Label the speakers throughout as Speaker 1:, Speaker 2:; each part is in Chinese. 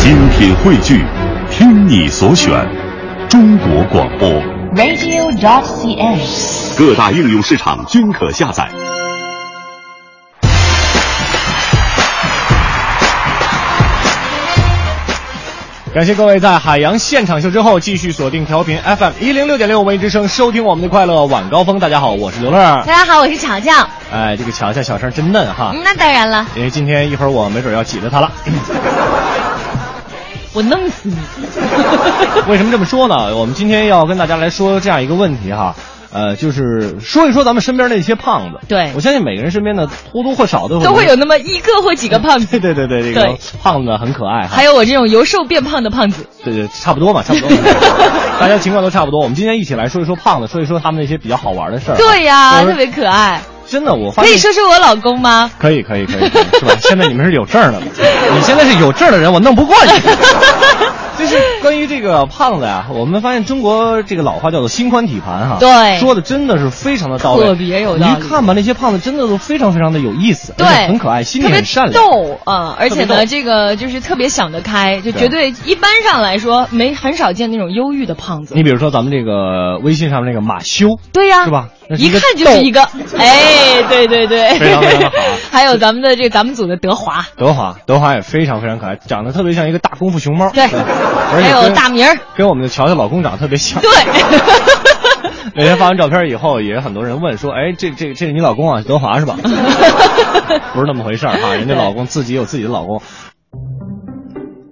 Speaker 1: 精品汇聚，听你所选，中国广播。
Speaker 2: radio.cn。
Speaker 1: 各大应用市场均可下载。
Speaker 3: 感谢各位在海洋现场秀之后继续锁定调频 FM 一零六点六文艺之声，收听我们的快乐晚高峰。大家好，我是刘乐
Speaker 2: 大。家好，我是巧巧。
Speaker 3: 哎，这个乔乔小声真嫩哈，
Speaker 2: 嗯那当然了，
Speaker 3: 因为今天一会儿我没准要挤着 他了。
Speaker 2: 我弄死你！
Speaker 3: 为什么这么说呢？我们今天要跟大家来说这样一个问题哈，呃，就是说一说咱们身边那些胖子。
Speaker 2: 对
Speaker 3: 我相信每个人身边呢，或多或少都啊
Speaker 2: 都会有。那么一个或几个胖 子，
Speaker 3: 对对对对，这个
Speaker 2: 对
Speaker 3: 胖子很可爱哈。
Speaker 2: 还有我这种由瘦变胖的胖子。
Speaker 3: 对对，差不多 嘛，差不多。大家情况都差不多。我们今天一起来说一说胖子，说一说他们那些比较好玩的事儿。
Speaker 2: 对呀，
Speaker 3: 就是
Speaker 2: 特别可爱。
Speaker 3: 真的，我发
Speaker 2: 可以
Speaker 3: 现
Speaker 2: 说说我老公吗？
Speaker 3: 可以可以可以可以， 是吧？现在你们是有证儿的了，你现在是有证儿的人，我弄不过 你。就是关于这个胖子呀、我们发现中国这个老话叫做“心宽体盘”哈，
Speaker 2: 对
Speaker 3: 说的真的是非常的到位，
Speaker 2: 特别有道理
Speaker 3: 你一看吧，那些胖子真的都非常非常的有意思，而
Speaker 2: 对
Speaker 3: 且，很可爱，心地
Speaker 2: 特别
Speaker 3: 很善良，
Speaker 2: 逗啊！而且
Speaker 3: 特别
Speaker 2: 呢，
Speaker 3: 逗
Speaker 2: 这个就是特别想得开，就
Speaker 3: 对
Speaker 2: 绝对一般上来说没很少见那种忧郁的胖子
Speaker 3: 你。比如说咱们这个微信上面那个马修，
Speaker 2: 对呀，
Speaker 3: 是吧那是
Speaker 2: 一
Speaker 3: 一个
Speaker 2: 看就是一个，哎，对对对，
Speaker 3: 非常非常好 啊
Speaker 2: 还有咱们的这个咱们组的德华，
Speaker 3: 德华，德华也非常非常可爱，长得特别像一个大功夫熊猫，嗯
Speaker 2: 对
Speaker 3: 而且
Speaker 2: 还有
Speaker 3: 跟
Speaker 2: 大明儿，
Speaker 3: 跟我们的乔乔老公长得特别像，
Speaker 2: 对，
Speaker 3: 那天发完照片以后，也很多人问说：“哎，这这这是你老公啊，德华是 吧？”不是那么回事儿哈，人家老公自己有自己的老公。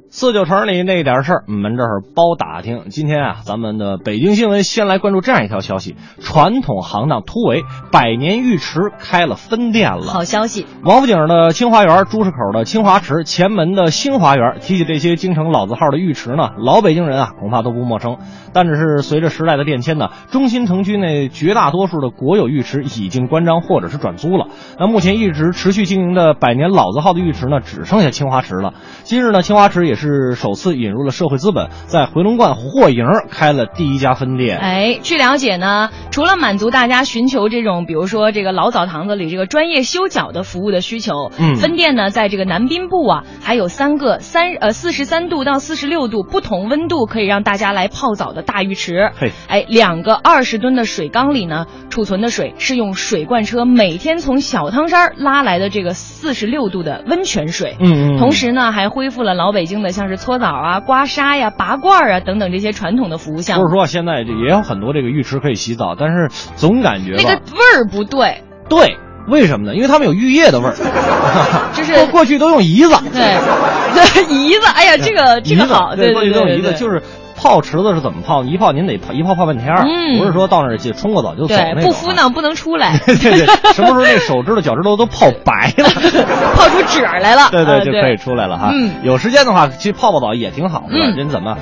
Speaker 3: 四九城里那点事儿，我嗯们这儿包打听。今天啊，咱们的北京新闻先来关注这样一条消息：传统行当突围，百年浴池开了分店了。
Speaker 2: 好消息，
Speaker 3: 王府井的清华园、朱市口的清华池、前门的新华园，提起这些京城老字号的浴池呢，老北京人啊恐怕都不陌生。但只是随着时代的变迁呢，中心城区内绝大多数的国有浴池已经关张或者是转租了。那目前一直持续经营的百年老字号的浴池呢，只剩下清华池了。今日呢，清华池也是首次引入了社会资本，在回龙观霍营开了第一家分店。
Speaker 2: 哎，据了解呢，除了满足大家寻求这种，比如说这个老澡堂子里这个专业修脚的服务的需求，
Speaker 3: 嗯
Speaker 2: 分店呢在这个南滨部啊，还有三个三呃四十三度到四十六度不同温度可以让大家来泡澡的大浴池，
Speaker 3: 嘿，
Speaker 2: 哎，两个二十吨的水缸里呢，储存的水是用水罐车每天从小汤山儿拉来的这个四十六度的温泉水，
Speaker 3: 嗯嗯，
Speaker 2: 同时呢，还恢复了老北京的像是搓澡啊、刮痧呀、拔罐儿啊等等这些传统的服务项
Speaker 3: 不
Speaker 2: 目
Speaker 3: 是。说现在这也有很多这个浴池可以洗澡，但是总感觉吧
Speaker 2: 那个味儿不对，
Speaker 3: 对，为什么呢？因为他们有浴液 的味儿，
Speaker 2: 就是
Speaker 3: 过过去都用胰子，
Speaker 2: 对，对， 胰子，哎呀，这个这
Speaker 3: 胰
Speaker 2: 个
Speaker 3: 子
Speaker 2: 好，
Speaker 3: 对
Speaker 2: 对
Speaker 3: 过
Speaker 2: 对
Speaker 3: 去都用
Speaker 2: 对
Speaker 3: 胰子，
Speaker 2: 对，
Speaker 3: 就是泡池子是怎么泡？你一泡您得泡一泡泡半天儿，
Speaker 2: 嗯
Speaker 3: 不是说到那儿去冲个澡就走那种
Speaker 2: 对
Speaker 3: 啊
Speaker 2: 不敷。呢不能出来，
Speaker 3: 对对对，什么时候那手指头脚趾头都泡白了？
Speaker 2: 泡出褶儿来了，
Speaker 3: 对对，
Speaker 2: 呃
Speaker 3: 就可以出来了哈。
Speaker 2: 嗯
Speaker 3: 有时间的话，去泡泡澡也挺好的。
Speaker 2: 嗯
Speaker 3: 人怎么，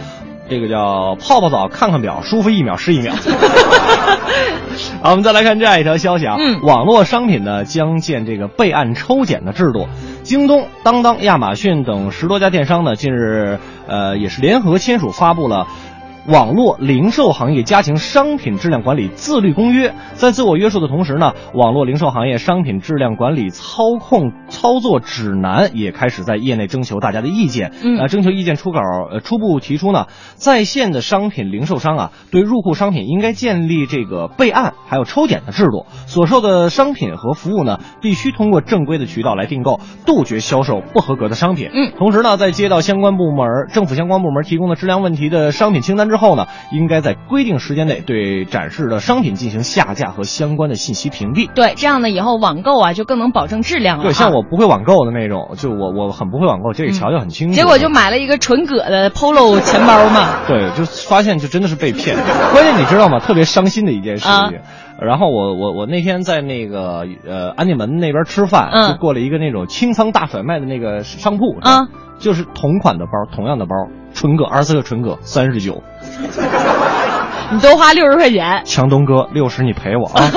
Speaker 3: 这个叫泡泡澡，看看表，舒服一秒是一 秒。好，我们再来看这样一条消息啊，
Speaker 2: 嗯
Speaker 3: 网络商品呢将建这个备案抽检的制度。京东、当当、亚马逊等十多家电商呢，近日呃也是联合签署发布了。网络零售行业加强商品质量管理自律公约，在自我约束的同时呢，网络零售行业商品质量管理操控操作指南也开始在业内征求大家的意见。
Speaker 2: 嗯
Speaker 3: 呃，征求意见初稿呃初步提出呢，在线的商品零售商啊，对入库商品应该建立这个备案还有抽检的制度，所售的商品和服务呢，必须通过正规的渠道来订购，杜绝销售不合格的商品。
Speaker 2: 嗯
Speaker 3: 同时呢，在接到相关部门政府相关部门提供的质量问题的商品清单之后呢，应该在规定时间内对展示的商品进行下架和相关的信息屏蔽。
Speaker 2: 对，这样呢以后网购啊就更能保证质量了、啊。
Speaker 3: 对，像我不会网购的那种，就我我很不会网购，这个乔乔很清楚。
Speaker 2: 嗯结果就买了一个纯葛的 polo 钱包嘛，
Speaker 3: 对，就发现就真的是被骗。关键你知道吗？特别伤心的一件事情。
Speaker 2: 啊
Speaker 3: 然后我我我那天在那个呃安定门那边吃饭，
Speaker 2: 嗯
Speaker 3: 就过了一个那种清仓大甩卖的那个商铺，
Speaker 2: 啊，
Speaker 3: 就是同款的包，同样的包，纯葛二十四个纯葛三十九，
Speaker 2: 你都花六十块钱。
Speaker 3: 强东哥六十你赔我啊！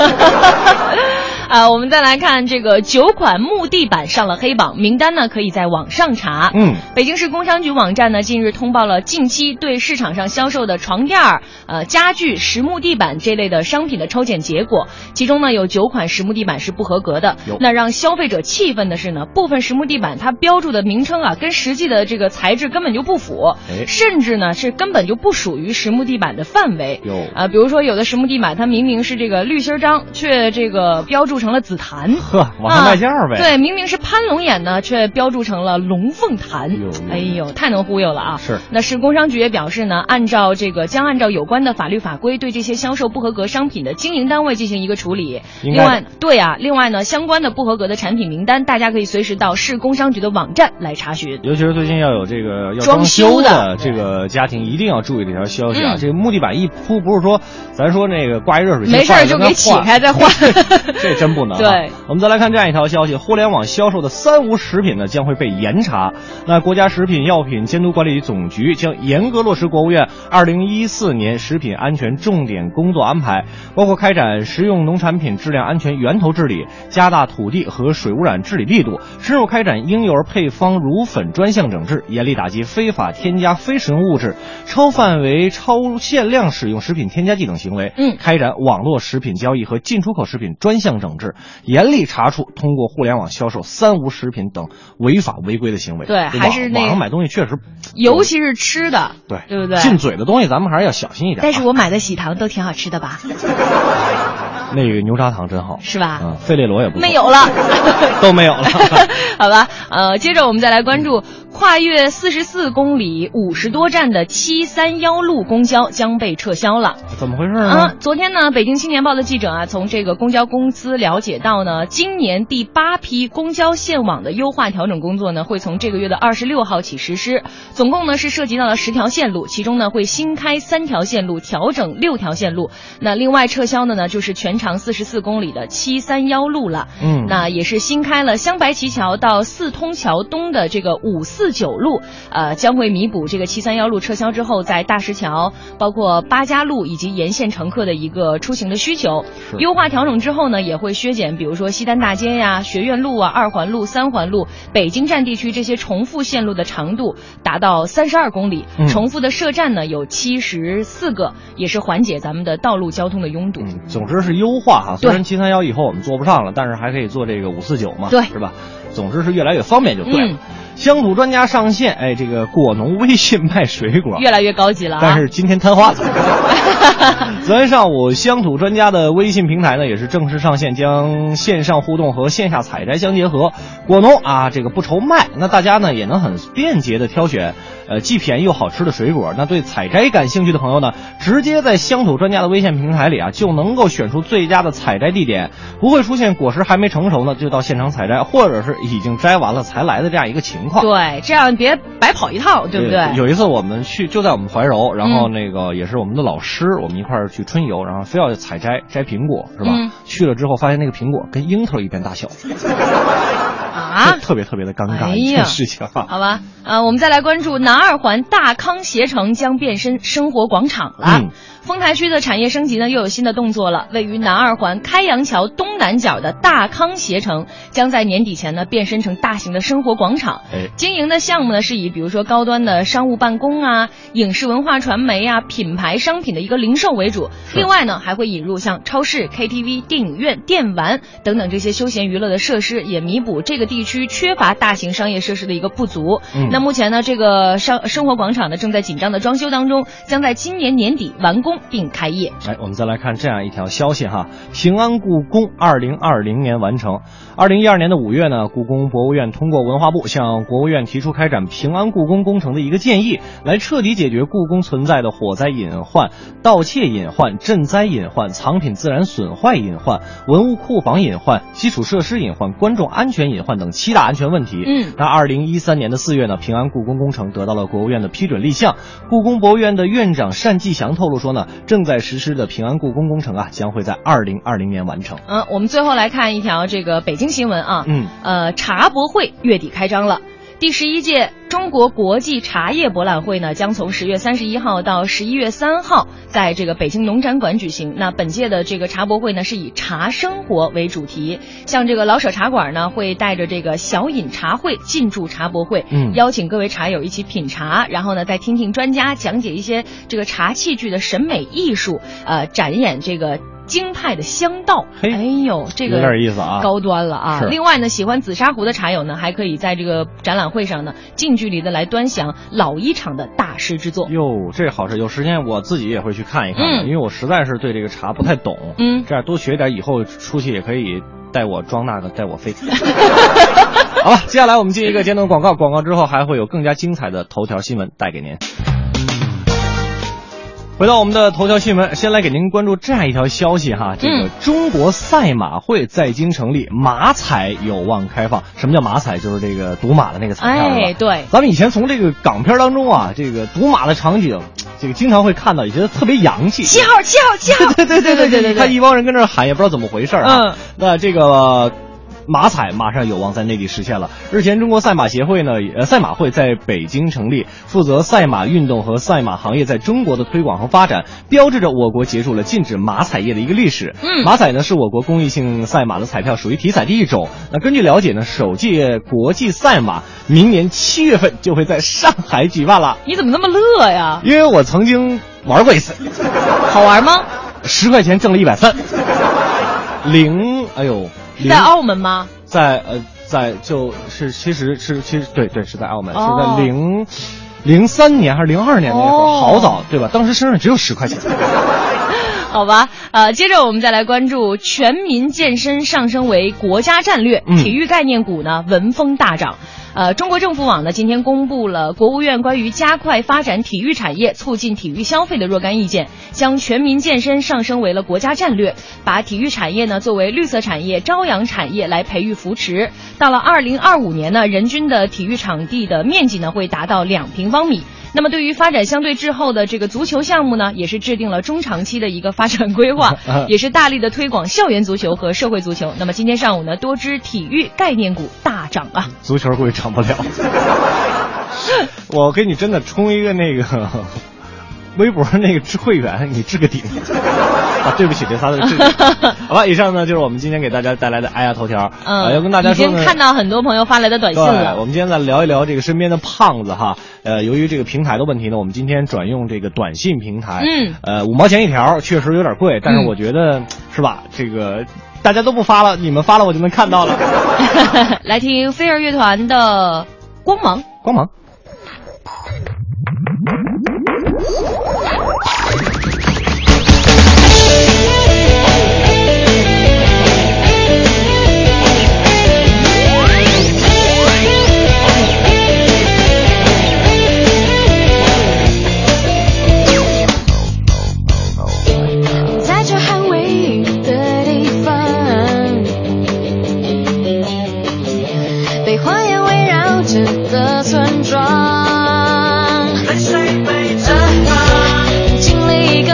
Speaker 2: 啊，我们再来看这个九款木地板上了黑榜，名单呢可以在网上查。
Speaker 3: 嗯，
Speaker 2: 北京市工商局网站呢，近日通报了近期对市场上销售的床垫儿、呃家具、实木地板这类的商品的抽检结果，其中呢有九款实木地板是不合格的
Speaker 3: 哟。
Speaker 2: 那让消费者气愤的是呢，部分实木地板它标注的名称啊，跟实际的这个材质根本就不符，
Speaker 3: 哎
Speaker 2: 甚至呢是根本就不属于实木地板的范围。
Speaker 3: 哟，
Speaker 2: 啊，比如说有的实木地板，它明明是这个绿心儿章，却这个标注成了紫檀。
Speaker 3: 呵，往上
Speaker 2: 啊
Speaker 3: 卖价儿呗。，
Speaker 2: 对，明明是攀龙眼呢，却标注成了龙凤
Speaker 3: 哎
Speaker 2: 檀
Speaker 3: 呦。
Speaker 2: 哎呦，太能忽悠了啊！
Speaker 3: 是
Speaker 2: 那市工商局也表示呢，按照这个将按照有关的法律法规对这些销售不合格商品的经营单位进行一个处理。
Speaker 3: 应
Speaker 2: 另
Speaker 3: 该的
Speaker 2: 外，对啊，另外呢，相关的不合格的产品名单，大家可以随时到市工商局的网站来查询。
Speaker 3: 尤其是最近要有这个要
Speaker 2: 装
Speaker 3: 修
Speaker 2: 修的
Speaker 3: 这个家庭，一定要注意这条消息啊！
Speaker 2: 嗯
Speaker 3: 这木地板一铺，不是说咱说那个挂一热水器，
Speaker 2: 没事
Speaker 3: 换
Speaker 2: 儿
Speaker 3: 一
Speaker 2: 就
Speaker 3: 个再
Speaker 2: 给起
Speaker 3: 换
Speaker 2: 开再换
Speaker 3: 这真不能、啊。
Speaker 2: 对，
Speaker 3: 我们再来看这样一条消息：互联网销售的三无食品呢将会被严查。那国家食品药品监督管理总局将严格落实国务院二零一四年食品安全重点工作安排，包括开展食用农产品质量安全源头治理，加大土地和水污染治理力度，深入开展婴幼儿配方乳粉专项整治，严厉打击非法添加非食用物质、超范围、超限量使用食品添加剂等行为。
Speaker 2: 嗯
Speaker 3: 开展网络食品交易和进出口食品专项整治，严厉查处通过互联网销售“三无”食品等违法违规的行为。
Speaker 2: 对
Speaker 3: 网
Speaker 2: 还是那
Speaker 3: 网上买东西确实，
Speaker 2: 尤其是吃的，
Speaker 3: 对
Speaker 2: 对不对？
Speaker 3: 进嘴的东西咱们还是要小心一点啊。
Speaker 2: 但是我买的喜糖都挺好吃 的吧？
Speaker 3: 那个啊牛轧糖真好，
Speaker 2: 是吧？
Speaker 3: 嗯，费列罗也不错
Speaker 2: 没，有了。
Speaker 3: 都没有了。
Speaker 2: 好吧，呃，接着我们再来关注跨越四十四公里、五十多站的七三幺路公交将被撤销了。
Speaker 3: 怎么回事
Speaker 2: 啊
Speaker 3: 呢？，
Speaker 2: 昨天呢，北京青年报的记者啊，从这个公交公司了解到呢，今年第八批公交线网的优化调整工作呢，会从这个月的二十六号起实施，总共呢是涉及到了十条线路，其中呢会新开三条线路，调整六条线路。那另外撤销的呢，就是全长四十四公里的七三幺路了。
Speaker 3: 嗯，
Speaker 2: 那啊也是新开了香白旗桥到四通桥东的这个五四九路，呃，将会弥补这个七三幺路撤销之后，在大石桥、包括八家路以及沿线乘客的一个出行的需求。
Speaker 3: 是
Speaker 2: 优化调整之后呢，也会削减，比如说西单大街呀、学院路啊、二环路、三环路、北京站地区这些重复线路的长度达到三十二公里，
Speaker 3: 嗯
Speaker 2: 重复的设站呢有七十四个，也是缓解咱们的道路交通的拥堵。
Speaker 3: 嗯，总之是优化哈。虽
Speaker 2: 对
Speaker 3: 然七三幺以后我们做不上了，但是还可以做这个五四九嘛，
Speaker 2: 对
Speaker 3: 是吧？总之是越来越方便就对了。
Speaker 2: 嗯
Speaker 3: 乡土专家上线，哎，这个果农微信卖水果，
Speaker 2: 越来越高级了啊！
Speaker 3: 但是今天瘫痪 了。昨天上午，乡土专家的微信平台呢也是正式上线，将线上互动和线下采摘相结合。果农啊，这个不愁卖，那大家呢也能很便捷的挑选，呃，既便宜又好吃的水果。那对采摘感兴趣的朋友呢，直接在乡土专家的微信平台里啊，就能够选出最佳的采摘地点，不会出现果实还没成熟呢就到现场采摘，或者是已经摘完了才来的这样一个情况。
Speaker 2: 对，这样别白跑一趟，对不对？嗯
Speaker 3: 有一次我们去就在我们怀柔，然后那个也是我们的老师，我们一块儿去春游，然后非要采摘摘苹果，是吧？
Speaker 2: 嗯
Speaker 3: 去了之后发现那个苹果跟樱桃一边大小，
Speaker 2: 啊
Speaker 3: 特，特别特别的尴尬、
Speaker 2: 哎呀
Speaker 3: 一件事情啊。
Speaker 2: 好吧，啊，我们再来关注南二环大康携程将变身生活广场了。
Speaker 3: 嗯
Speaker 2: 丰台区的产业升级呢，又有新的动作了。位于南二环开阳桥东南角的大康携程，将在年底前呢变身成大型的生活广场。
Speaker 3: 哎，
Speaker 2: 经营的项目呢，是以比如说高端的商务办公啊、影视文化传媒啊、品牌商品的一个零售为主。
Speaker 3: 是
Speaker 2: 另外呢，还会引入像超市、KTV、电影院、电玩等等这些休闲娱乐的设施，也弥补这个地区缺乏大型商业设施的一个不足。
Speaker 3: 嗯
Speaker 2: 那目前呢，这个商生活广场呢正在紧张的装修当中，将在今年年底完工并开业。
Speaker 3: 哎，我们再来看这样一条消息哈，平安故宫二零二零年完成。二零一二年的五月呢，故宫博物院通过文化部向国务院提出开展平安故宫工程的一个建议，来彻底解决故宫存在的火灾隐患、盗窃隐患、赈灾隐患、藏品自然损坏隐患、文物库房隐患、基础设施隐患、观众安全隐患等七大安全问题。
Speaker 2: 嗯
Speaker 3: 那二零一三年的四月呢，平安故宫工程得到了国务院的批准立项。故宫博物院的院长单霁翔透露说呢，正在实施的平安故宫工程啊，将会在二零二零年完成。
Speaker 2: 嗯，我们最后来看一条这个北京新闻啊。
Speaker 3: 嗯，
Speaker 2: 呃，茶博会月底开张了。第十一届中国国际茶叶博览会呢，将从十月三十一号到十一月三号，在这个北京农展馆举行。那本届的这个茶博会呢，是以茶生活为主题，像这个老舍茶馆呢，会带着这个小饮茶会进驻茶博会，
Speaker 3: 嗯
Speaker 2: 邀请各位茶友一起品茶，然后呢，再听听专家讲解一些这个茶器具的审美艺术，呃，展演这个。京派的香道，
Speaker 3: 嘿
Speaker 2: 哎呦，这个
Speaker 3: 有点意思啊
Speaker 2: 高端了啊！
Speaker 3: 是
Speaker 2: 另外呢，喜欢紫砂壶的茶友呢，还可以在这个展览会上呢，近距离的来端详老一厂的大师之作。
Speaker 3: 哟，这好事！有时间我自己也会去看一看的，
Speaker 2: 嗯
Speaker 3: 因为我实在是对这个茶不太懂。
Speaker 2: 嗯
Speaker 3: 这样多学点，以后出去也可以带我装那个，带我 飞。好了，接下来我们进一个简短广告，广告之后还会有更加精彩的头条新闻带给您。回到我们的头条新闻，先来给您关注这样一条消息哈，这个
Speaker 2: 嗯
Speaker 3: 中国赛马会在京成立，马彩有望开放。什么叫马彩？就是这个赌马的那个彩票，是吧
Speaker 2: 哎，对，
Speaker 3: 咱们以前从这个港片当中啊，这个赌马的场景，这个经常会看到，也觉得特别洋气。
Speaker 2: 七号，七号，七 号，
Speaker 3: 对对对对对
Speaker 2: 对
Speaker 3: 看一帮人跟这儿喊，也不知道怎么回事儿啊。
Speaker 2: 嗯，
Speaker 3: 那这个。呃马彩马上有望在内地实现了。日前，中国赛马协会呢，也呃，赛马会在北京成立，负责赛马运动和赛马行业在中国的推广和发展，标志着我国结束了禁止马彩业的一个历史。
Speaker 2: 嗯
Speaker 3: 马彩呢是我国公益性赛马的彩票，属于体彩的一种。那根据了解呢，首届国际赛马明年七月份就会在上海举办了。
Speaker 2: 你怎么那么乐呀？
Speaker 3: 因为我曾经玩过一次，
Speaker 2: 好玩吗？
Speaker 3: 十块钱挣了一百三，零，哎呦，零
Speaker 2: 在澳门吗？
Speaker 3: 在呃在就是其实是其实对对是在澳门，
Speaker 2: 哦
Speaker 3: 是在零零三年还是零二年那会儿，
Speaker 2: 哦
Speaker 3: 好早对吧？当时身上只有十块钱。
Speaker 2: 好吧，呃，接着我们再来关注全民健身上升为国家战略，
Speaker 3: 嗯，
Speaker 2: 体育概念股呢闻风大涨。呃，中国政府网呢今天公布了国务院关于加快发展体育产业、促进体育消费的若干意见，将全民健身上升为了国家战略，把体育产业呢作为绿色产业、朝阳产业来培育扶持。到了二零二五年呢，人均的体育场地的面积呢会达到两平方米。那么对于发展相对滞后的这个足球项目呢，也是制定了中长期的一个发展规划也是大力的推广校园足球和社会足球。那么今天上午呢，多支体育概念股大涨啊！
Speaker 3: 足球估计成不了。我给你真的充一个那个微博那个智慧员，你置个顶。啊，对不起，这仨字置个顶。好吧，以上呢就是我们今天给大家带来的哎呀头条。
Speaker 2: 嗯，
Speaker 3: 啊要跟大家
Speaker 2: 已
Speaker 3: 说
Speaker 2: 经
Speaker 3: 呢。
Speaker 2: 看到很多朋友发来的短信
Speaker 3: 对，我
Speaker 2: 了。
Speaker 3: 们今天再聊一聊这个身边的胖子哈。呃，由于这个平台的问题呢，我们今天转用这个短信平台。
Speaker 2: 嗯。
Speaker 3: 呃，五毛钱一条，确实有点贵，但是
Speaker 2: 嗯
Speaker 3: 我觉得、是吧？这个大家都不发了，你们发了我就能看到 了。
Speaker 2: 来听飞儿乐团的《光芒》。
Speaker 3: 光芒。
Speaker 4: 在这寒微的地方，被谎言围绕着的村庄，这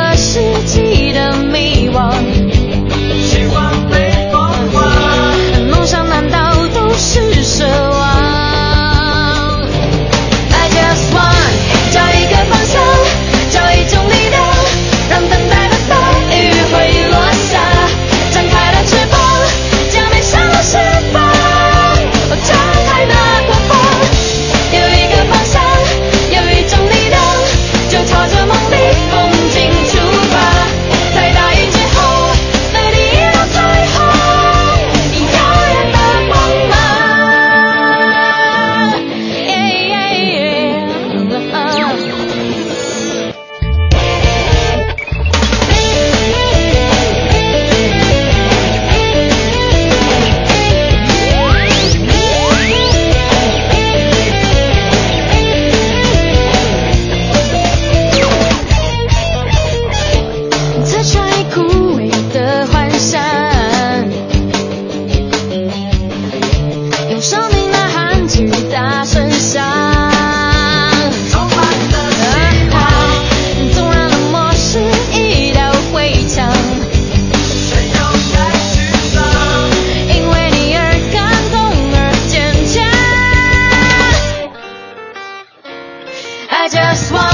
Speaker 4: I just want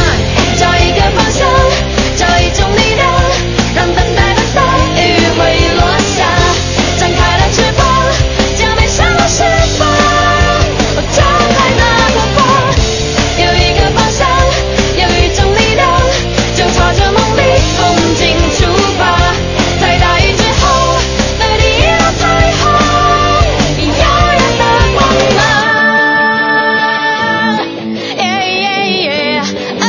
Speaker 4: 找一个方向，找一种力量，让等待的伞雨会落下，张开了翅膀，脚面上的释放，我张开那个光，有一个方向，有一种力量，就朝着梦里风景出发，在大雨之后的第一道彩虹，比耀眼的光芒。Yeah, yeah, yeah. Uh,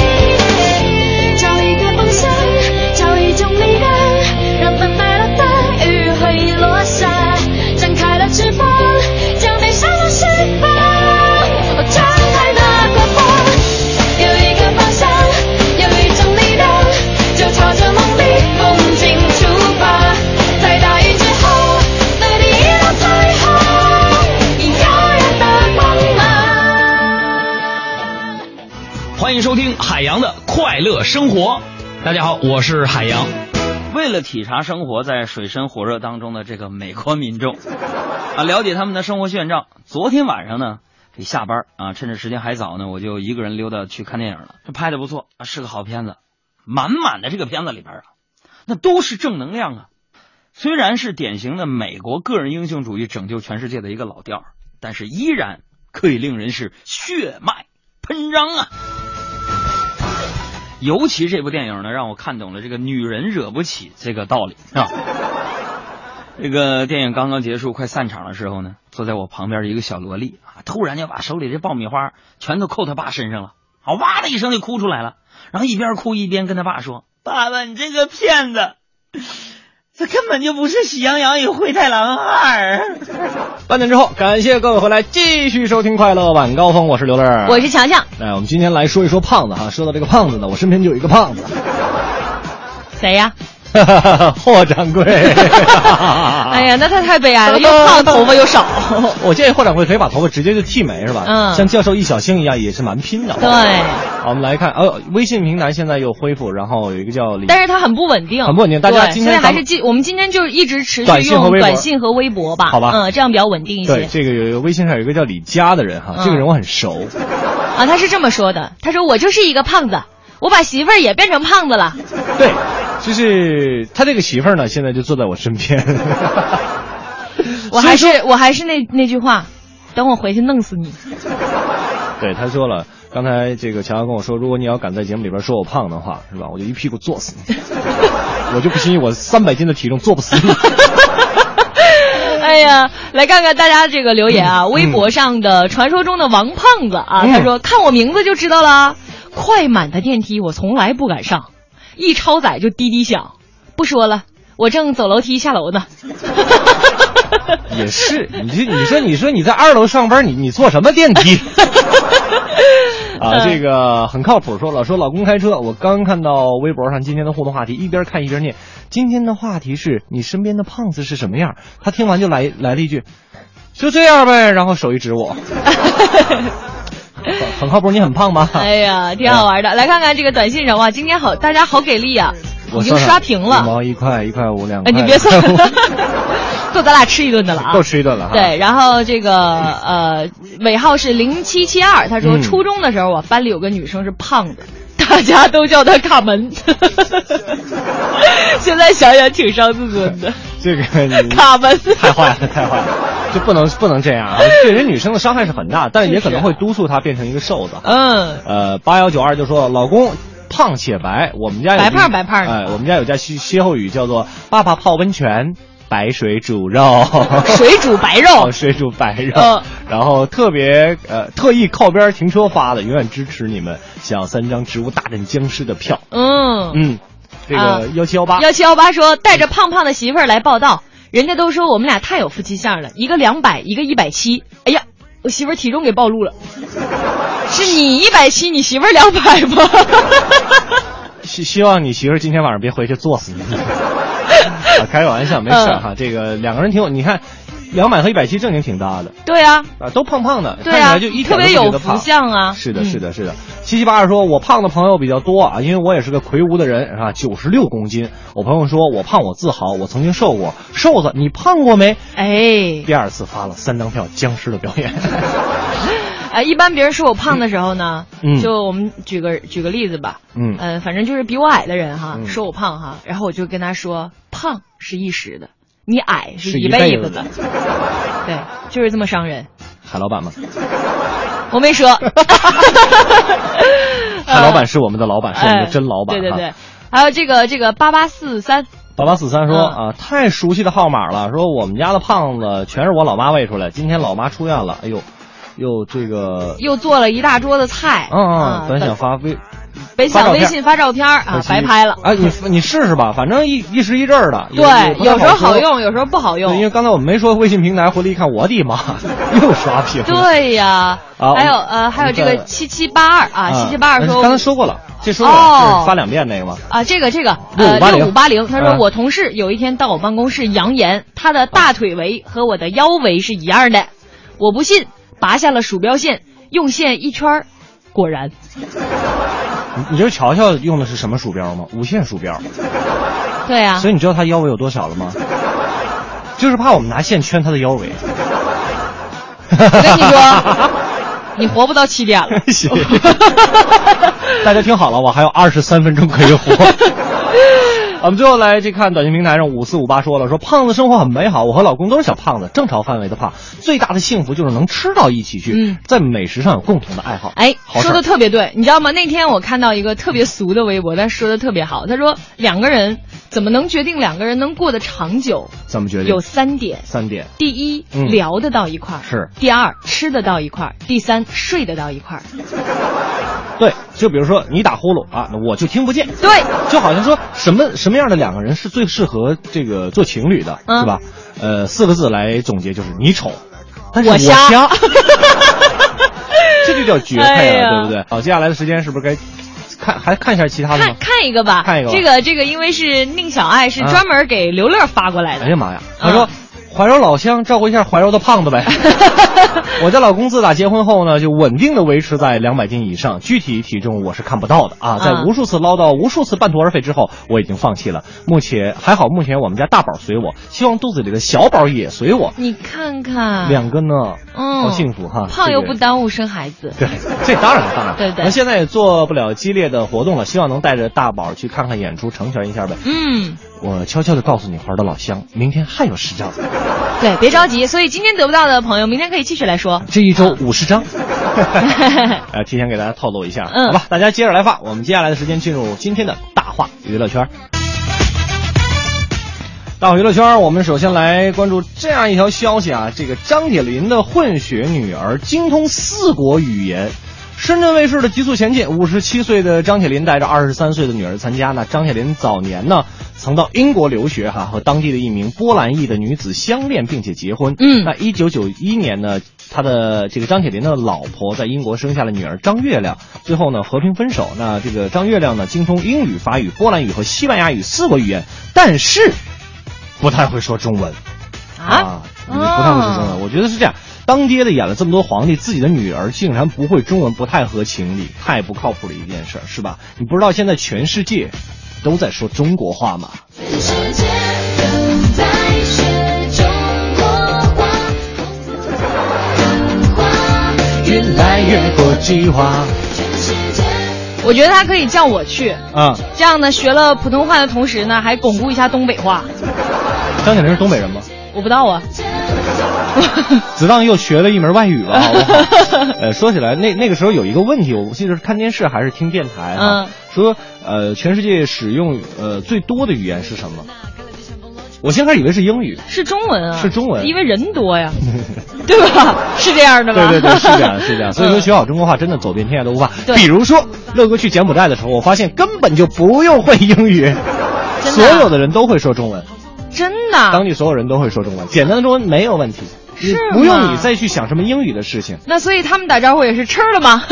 Speaker 4: uh. 找一个方向，找一种力量，让等待了的雨会落下，张开了翅膀，将悲伤都释放。我张开那个光。有一个方向，有一种力量，就朝着梦里风景出发，在大雨之后的第一道彩虹，比耀眼的光芒。
Speaker 5: 欢迎收听海洋的快乐生活。大家好，我是海洋。为了体察生活在水深火热当中的这个美国民众， 啊，了解他们的生活现状，昨天晚上呢，这下班啊，趁着时间还早呢，我就一个人溜达去看电影了。这拍的不错啊，是个好片子。满满的这个片子里边啊，那都是正能量啊。虽然是典型的美国个人英雄主义拯救全世界的一个老调儿，但是依然可以令人是血脉喷张啊。尤其这部电影呢，让我看懂了这个“女人惹不起”这个道理啊。这个电影刚刚结束，快散场的时候呢，坐在我旁边的一个小萝莉啊，突然就把手里这爆米花全都扣他爸身上了，啊，哇的一声就哭出来了，然后一边哭一边跟他爸说：“爸爸，你这个骗子，这根本就不是《喜羊羊与灰太狼二》。”
Speaker 3: 半点之后，感谢各位回来，继续收听快乐晚高峰，我是刘乐儿，
Speaker 2: 我是强强，
Speaker 3: 哎，我们今天来说一说胖子哈。说到这个胖子呢，我身边就有一个胖子，
Speaker 2: 谁呀？
Speaker 3: 霍掌柜。 啊
Speaker 2: 哎呀，那他太悲哀了，又胖头发 又少。
Speaker 3: 我建议霍掌柜可以把头发直接就剃没，是吧？
Speaker 2: 嗯
Speaker 3: 像教授易小星一样，也是蛮拼的。
Speaker 2: 对，
Speaker 3: 好，我们来看，哦，微信平台现在又恢复，然后有一个叫李，
Speaker 2: 但是他很不稳定，
Speaker 3: 很不稳定大家
Speaker 2: 对
Speaker 3: 今天
Speaker 2: 所以还
Speaker 3: 咱们
Speaker 2: 是记，我们今天就是一直持续
Speaker 3: 短信和
Speaker 2: 用
Speaker 3: 微博
Speaker 2: 短信和微博吧，
Speaker 3: 好吧
Speaker 2: 嗯，这样比较稳定一
Speaker 3: 对
Speaker 2: 些。
Speaker 3: 这个有一个微信上有一个叫李佳的人哈，
Speaker 2: 嗯
Speaker 3: 这个人我很熟。
Speaker 2: 啊，他是这么说的，他说我就是一个胖子，我把媳妇儿也变成胖子了。
Speaker 3: 对，就是他这个媳妇儿呢，现在就坐在我身边。
Speaker 2: 我还是我还是那那句话，等我回去弄死你。
Speaker 3: 对，他说了，刚才这个乔乔跟我说，如果你要敢在节目里边说我胖的话，是吧？我就一屁股坐死 你，我就不信我三百斤的体重坐不死你。
Speaker 2: 哎呀，来看看大家这个留言啊，微博上的传说中的王胖子啊，
Speaker 3: 嗯
Speaker 2: 他说看我名字就知道啦。快满的电梯我从来不敢上，一超载就滴滴响。不说了，我正走楼梯下楼呢。
Speaker 3: 也是，你这你说你说你在二楼上班，你你坐什么电梯？ 啊，这个很靠谱。说了，说老公开车，我刚看到微博上今天的互动话题，一边看一边念。今天的话题是你身边的胖子是什么样？他听完就来来了一句，就这样呗，然后手一指 我，很很靠谱。你很胖吗？
Speaker 2: 哎呀，挺好玩的。来看看这个短信上哇，今天好，大家好给力呀、
Speaker 3: 我
Speaker 2: 已经
Speaker 3: 算算
Speaker 2: 刷屏
Speaker 3: 一
Speaker 2: 了。
Speaker 3: 毛一块，一块五 两块。
Speaker 2: 哎，你别算 了，够咱俩吃一顿的了啊！
Speaker 3: 够吃一顿了哈。
Speaker 2: 对，然后这个呃尾号是零七七二，他说
Speaker 3: 嗯
Speaker 2: 初中的时候啊，班里有个女生是胖的，大家都叫她卡门， 现在想想挺伤自尊的，
Speaker 3: 这个你
Speaker 2: 卡门
Speaker 3: 太坏了，太坏了，就不能不能这 样啊！对人女生的伤害是很大，但是也可能会督促她变成一个瘦子。
Speaker 2: 啊嗯，
Speaker 3: 呃，八幺九二就说老公。胖且白，我们家有
Speaker 2: 白胖白胖的
Speaker 3: 哎、我们家有家歇歇后语叫做“爸爸泡温泉，白水煮肉”，
Speaker 2: 水煮白肉
Speaker 3: 哦，水煮白肉，
Speaker 2: 嗯
Speaker 3: 然后特别呃特意靠边停车发的，永远支持你们，想要三张植物大战僵尸的票，
Speaker 2: 嗯，
Speaker 3: 嗯，这
Speaker 2: 啊
Speaker 3: 个幺七幺八，
Speaker 2: 幺七幺八说带着胖胖的媳妇儿来报道，人家都说我们俩太有夫妻相了，一个两百，一个一百七，哎呀。我媳妇儿体重给暴露 了，是你一百七，你媳妇儿两百吧？
Speaker 3: 希希望你媳妇儿今天
Speaker 2: 嗯
Speaker 3: 晚上别回去作死你。啊，开个玩笑，没事儿哈。这个两个人挺有，你看，两百和一百七正经挺搭的
Speaker 2: 对啊，
Speaker 3: 啊，都胖胖的，
Speaker 2: 对
Speaker 3: 看起
Speaker 2: 啊，
Speaker 3: 来就一点
Speaker 2: 特别
Speaker 3: 都不觉
Speaker 2: 有
Speaker 3: 得
Speaker 2: 福
Speaker 3: 胖。
Speaker 2: 相啊。
Speaker 3: 是的，是的，是的。七七八二说，我胖的朋友比较多啊，因为我也是个魁梧的人啊，九十六公斤。我朋友说我胖，我自豪，我曾经瘦过。瘦子，你胖过没？
Speaker 2: 哎，
Speaker 3: 第二次发了三张票，僵尸的表 演。
Speaker 2: 哎，一般别人说我胖的时候呢，
Speaker 3: 嗯
Speaker 2: 就我们举个举个例子吧，
Speaker 3: 嗯
Speaker 2: 呃，反正就是比我矮的人哈，
Speaker 3: 嗯
Speaker 2: 说我胖哈，然后我就跟他说，胖是一时的，你矮
Speaker 3: 是
Speaker 2: 一
Speaker 3: 一辈
Speaker 2: 子
Speaker 3: 子
Speaker 2: 的
Speaker 3: 的，
Speaker 2: 对，就是这么伤人。
Speaker 3: 海老板吗？
Speaker 2: 我没 说，
Speaker 3: 海老板是我们的老板，是我们
Speaker 2: 哎，
Speaker 3: 的真老板。
Speaker 2: 对对
Speaker 3: 哈
Speaker 2: 对，还有这个这个八八四三，
Speaker 3: 八八四三说
Speaker 2: 嗯
Speaker 3: 啊，太熟悉的号码了。说我们家的胖子全是我老妈喂出来，今天老妈出院了，哎呦，又这个，
Speaker 2: 又做了一大桌子菜，
Speaker 3: 嗯嗯，本想
Speaker 2: 本
Speaker 3: 发微
Speaker 2: 啊本
Speaker 3: 发
Speaker 2: 想
Speaker 3: 照
Speaker 2: 微
Speaker 3: 片
Speaker 2: 信发照片儿
Speaker 3: 可
Speaker 2: 啊，
Speaker 3: 惜
Speaker 2: 白拍了。
Speaker 3: 啊，你你试试吧，反正一一时一阵儿的。也也
Speaker 2: 对，
Speaker 3: 不太
Speaker 2: 有时候
Speaker 3: 好
Speaker 2: 好
Speaker 3: 说
Speaker 2: 用，有时候不好
Speaker 3: 对，因
Speaker 2: 用
Speaker 3: 为。刚才我们没说微信平台，回来一看，我的妈， 又刷屏了。
Speaker 2: 对呀，
Speaker 3: 啊
Speaker 2: 还有
Speaker 3: 我们
Speaker 2: 呃，还有这
Speaker 3: 我们
Speaker 2: 个
Speaker 3: 在
Speaker 2: 七七八二啊，七七八二说
Speaker 3: 嗯刚才说过了，这说过了，
Speaker 2: 哦
Speaker 3: 是发两遍那个吗？
Speaker 2: 啊，这个这个，呃，
Speaker 3: 6580
Speaker 2: 六五八零，他说
Speaker 3: 嗯
Speaker 2: 我同事有一天到我办公室扬言，他的大腿围和我的腰围是一样的，我不信，拔下了鼠标线，用线一圈儿，果然，
Speaker 3: 你你知道乔乔用的是什么鼠标吗？无线鼠标。
Speaker 2: 对 啊
Speaker 3: 所，以你知道他腰围有多少了 吗？就是怕我们拿线圈他的腰围。
Speaker 2: 我跟你说，你活不到七点了。
Speaker 3: 谢谢 大家听好了，我还有二十三分钟可以 活。我们最后来这看短信平台上五四五八说了，说胖子生活很美好，我和老公都是小胖子，正常范围的胖，最大的幸福就是能吃到一起去，
Speaker 2: 嗯
Speaker 3: 在美食上有共同的爱好。
Speaker 2: 哎，
Speaker 3: 好事
Speaker 2: 说
Speaker 3: 儿
Speaker 2: 的特别对，你知道吗？那天我看到一个特别俗的微博，但说的特别好。他说，两个人怎么能决定两个人能过得长久？
Speaker 3: 怎么决定？
Speaker 2: 有三点：
Speaker 3: 三点。
Speaker 2: 第一，
Speaker 3: 嗯
Speaker 2: 聊得到一块儿；
Speaker 3: 是
Speaker 2: 第二，吃得到一块儿；第三，睡得到一块儿。
Speaker 3: 对，就比如说你打呼噜啊，那我就听不见。
Speaker 2: 对，
Speaker 3: 就好像说什么什么样的两个人是最适合这个做情侣的，
Speaker 2: 嗯
Speaker 3: 是吧？呃，四个字来总结就是你丑，但是
Speaker 2: 我瞎
Speaker 3: 瞎， 这就叫绝配
Speaker 2: 哎
Speaker 3: 了，
Speaker 2: 呀
Speaker 3: 对不对？好，接下来的时间是不是该看还看一下其他的
Speaker 2: 看
Speaker 3: 吗？
Speaker 2: 看一个吧，
Speaker 3: 看一个吧
Speaker 2: 这个这个，因为是宁小爱是
Speaker 3: 啊
Speaker 2: 专门给刘乐发过来的
Speaker 3: 哎。呀妈呀，
Speaker 2: 嗯
Speaker 3: 他说。怀柔老乡，照顾一下怀柔的胖 子呗。我家老公自打结婚后呢，就稳定的维持在两百斤以上，具体体重我是看不到的啊。在
Speaker 2: 啊
Speaker 3: 无数次唠叨、无数次半途而废之后，我已经放弃了。目前还好，目前我们家大宝随我，希望肚子里的小宝也随我。
Speaker 2: 你看看，
Speaker 3: 两个呢，
Speaker 2: 嗯
Speaker 3: 好幸福哈。
Speaker 2: 啊胖又
Speaker 3: 这
Speaker 2: 不
Speaker 3: 个
Speaker 2: 耽误生孩子。
Speaker 3: 对，这当然当然。
Speaker 2: 对对
Speaker 3: 那现在也做不了激烈的活动了，希望能带着大宝去看看演出，成全一下呗。
Speaker 2: 嗯，
Speaker 3: 我悄悄的告诉你，怀柔老乡，明天还有十张，
Speaker 2: 对，别着急。所以今天得不到的朋友，明天可以继续来说。
Speaker 3: 这一周五十张。呃，提前给大家透露一下，
Speaker 2: 嗯
Speaker 3: 好吧，大家接着来发。我们接下来的时间进入今天的大话娱乐圈。大话娱乐圈，我们首先来关注这样一条消息啊，这个张铁林的混血女儿精通四国语言。深圳卫视的《极速前进》，五十七岁的张铁林带着二十三岁的女儿参加。那张铁林早年呢，曾到英国留学哈、和当地的一名波兰裔的女子相恋并且结婚。
Speaker 2: 嗯
Speaker 3: 那一九九一年呢，他的这个张铁林的老婆在英国生下了女儿张月亮，最后呢和平分手。那这个张月亮呢，精通英语、法语、波兰语和西班牙语四国语言，但是不太会说中文
Speaker 2: 啊，
Speaker 3: 不太会说中
Speaker 2: 哦
Speaker 3: 文。我觉得是这样，当爹的演了这么多皇帝，自己的女儿竟然不会中文，不太合情理，太不靠谱的一件事儿，是吧？你不知道现在全世界都在说中国话吗？
Speaker 4: 全世界都在学中国话，话
Speaker 3: 越来越国际化
Speaker 4: 全世界。
Speaker 2: 我觉得他可以叫我去，
Speaker 3: 啊！
Speaker 2: 这样呢，学了普通话的同时呢，还巩固一下东北话。
Speaker 3: 张铁林是东北人吗？
Speaker 2: 我不知道啊，
Speaker 3: 子当又学了一门外语了，好不 好？呃，说起来，那那个时候有一个问题，我记得是看电视还是听电台啊，
Speaker 2: 嗯
Speaker 3: 说呃，全世界使用呃最多的语言是什么？我先开始以为是英语，
Speaker 2: 是中文啊，
Speaker 3: 是中 文
Speaker 2: 因为人多呀，对吧？是这样的吧？
Speaker 3: 对对对，是这样是 这样。所以说
Speaker 2: 嗯
Speaker 3: 学好中国话真的走遍天涯都无法
Speaker 2: 对。
Speaker 3: 比如说乐哥去柬埔寨的时候，我发现根本就不用会英语，
Speaker 2: 真
Speaker 3: 所
Speaker 2: 的啊
Speaker 3: 有的人都会说中文，
Speaker 2: 真的啊
Speaker 3: 当。地所有人都会说中文，简单的中文没有问题。你
Speaker 2: 是
Speaker 3: 不
Speaker 2: 吗
Speaker 3: 用你再去想什么英语的 事情，
Speaker 2: 那所以他们打招呼也是吃了吗？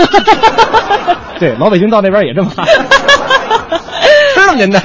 Speaker 3: 对，老北京到那边也这么喊，是这么简单。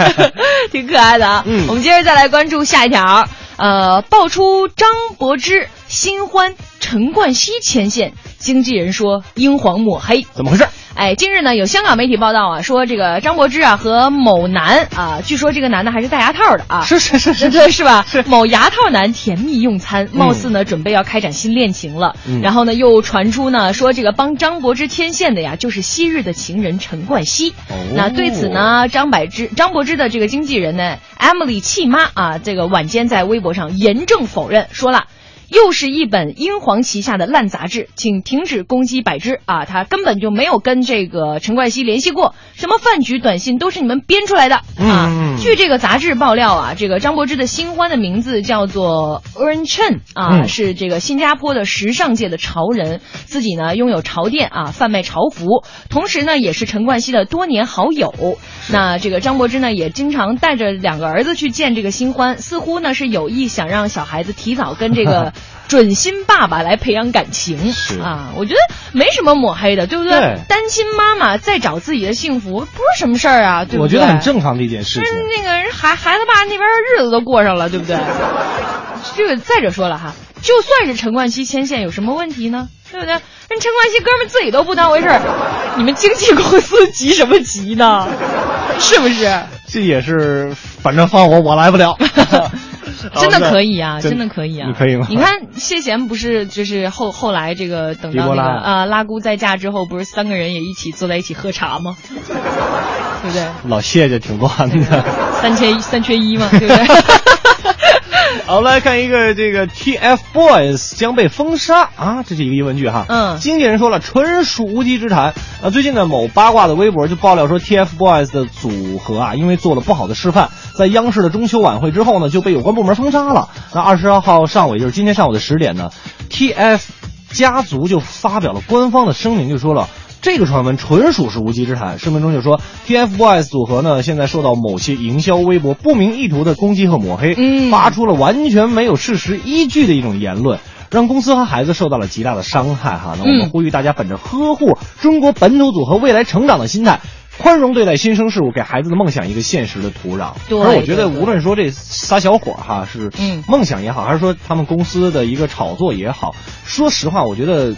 Speaker 2: 挺可爱的啊。
Speaker 3: 嗯
Speaker 2: 我们接着再来关注下一条。啊、呃，爆出张柏芝新欢陈冠希牵线，经纪人说英皇抹黑。
Speaker 3: 怎么回事？
Speaker 2: 哎，近日呢，有香港媒体报道啊，说这个张柏芝啊和某男啊，据说这个男的还是戴牙套的啊，
Speaker 3: 是是是是
Speaker 2: 对对是吧？某牙套男甜蜜用餐，貌似呢准备要开展新恋情了。
Speaker 3: 嗯
Speaker 2: 然后呢，又传出呢说这个帮张柏芝牵线的呀，就是昔日的情人陈冠希。
Speaker 3: 哦
Speaker 2: 那对此呢，张柏芝张柏芝的这个经纪人呢，Emily 契妈啊，这个晚间在微博上严正否认，说了。又是一本英皇旗下的烂杂志，请停止攻击柏芝啊！他根本就没有跟这个陈冠希联系过，什么饭局、短信都是你们编出来的啊
Speaker 3: 嗯！
Speaker 2: 据这个杂志爆料啊，这个张柏芝的新欢的名字叫做 Erin Chen 啊，
Speaker 3: 嗯
Speaker 2: 是这个新加坡的时尚界的潮人，自己呢拥有潮店啊，贩卖潮服，同时呢也是陈冠希的多年好友。那这个张柏芝呢也经常带着两个儿子去见这个新欢，似乎呢是有意想让小孩子提早跟 这个准新爸爸来培养感情
Speaker 3: 是
Speaker 2: 啊。我觉得没什么抹黑的，对不对？
Speaker 3: 对
Speaker 2: 单亲妈妈再找自己的幸福，不是什么事儿啊，对不
Speaker 3: 我
Speaker 2: 对？
Speaker 3: 觉得很正常的一件事
Speaker 2: 就是
Speaker 3: 情。
Speaker 2: 那个人孩孩子爸那边日子都过上了，对不 对？这个再者说了哈，就算是陈冠希牵线，有什么问题呢？对不对？人陈冠希哥们儿自己都不当回事儿，你们经纪公司急什么急呢？是不是？
Speaker 3: 这也是，反正放我我来不了。
Speaker 2: 真的可以 啊，真的可以啊，
Speaker 3: 你可以吗？
Speaker 2: 你看谢贤不是就是后后来这个等到
Speaker 3: 狄波
Speaker 2: 那个
Speaker 3: 拉
Speaker 2: 啊、拉姑再嫁之后，不是三个人也一起坐在一起喝茶吗？ 对不对？
Speaker 3: 老谢家挺乱的。
Speaker 2: 三缺一三缺一嘛，对不对？
Speaker 3: 好，我们来看一个这个 TFBOYS 将被封杀啊，这是一个疑问句哈。
Speaker 2: 嗯
Speaker 3: 经纪人说了，纯属无稽之谈。啊，最近呢，某八卦的微博就爆料说，TFBOYS 的组合啊，因为做了不好的示范，在央视的中秋晚会之后呢，就被有关部门封杀了。那二十号上午，也就是今天上午的十点呢，TF 家族就发表了官方的声明，就说了。这个传闻纯属是无稽之谈。声明中就说，TFBOYS 组合呢现在受到某些营销微博不明意图的攻击和抹黑，
Speaker 2: 嗯
Speaker 3: 发出了完全没有事实依据的一种言论。让公司和孩子受到了极大的伤害哈，那我
Speaker 2: 嗯
Speaker 3: 们呼吁大家本着呵护中国本土组合未来成长的心态，宽容对待新生事物，给孩子的梦想一个现实的土壤。
Speaker 2: 对
Speaker 3: 而我觉得，
Speaker 2: 对对
Speaker 3: 无论说这仨小伙儿哈是
Speaker 2: 嗯
Speaker 3: 梦想也好，还是说他们公司的一个炒作也好，说实话，我觉得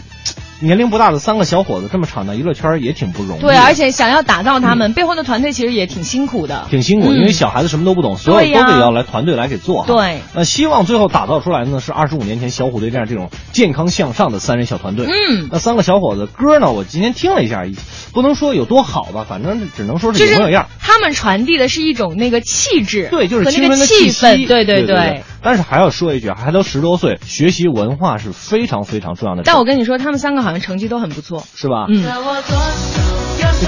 Speaker 3: 年龄不大的三个小伙子这么闯荡娱乐圈儿也挺不容易的。
Speaker 2: 对，啊而且想要打造他们、背后的团队，其实也挺辛苦的。
Speaker 3: 挺辛苦，
Speaker 2: 嗯
Speaker 3: 因为小孩子什么都不懂，所有
Speaker 2: 对
Speaker 3: 都
Speaker 2: 呀
Speaker 3: 得要来团队来给做哈。
Speaker 2: 对
Speaker 3: 那希望最后打造出来呢是二十五年前小虎队这样这种健康向上的三人小团队。
Speaker 2: 嗯，
Speaker 3: 那三个小伙子歌呢，我今天听了一下，不能说有多好吧，反正只能说
Speaker 2: 就是
Speaker 3: 有模有
Speaker 2: 是
Speaker 3: 样。
Speaker 2: 他们传递的是一种那个气质，
Speaker 3: 对，就是
Speaker 2: 和那
Speaker 3: 青春
Speaker 2: 个
Speaker 3: 的气
Speaker 2: 气氛，
Speaker 3: 息。
Speaker 2: 对
Speaker 3: 对
Speaker 2: 对。
Speaker 3: 但是还要说一句，啊还都十多岁，学习文化是非常非常重要的事儿。
Speaker 2: 但我跟你说，他们三个好像成绩都很不错。
Speaker 3: 是吧？
Speaker 2: 嗯，
Speaker 3: 这啊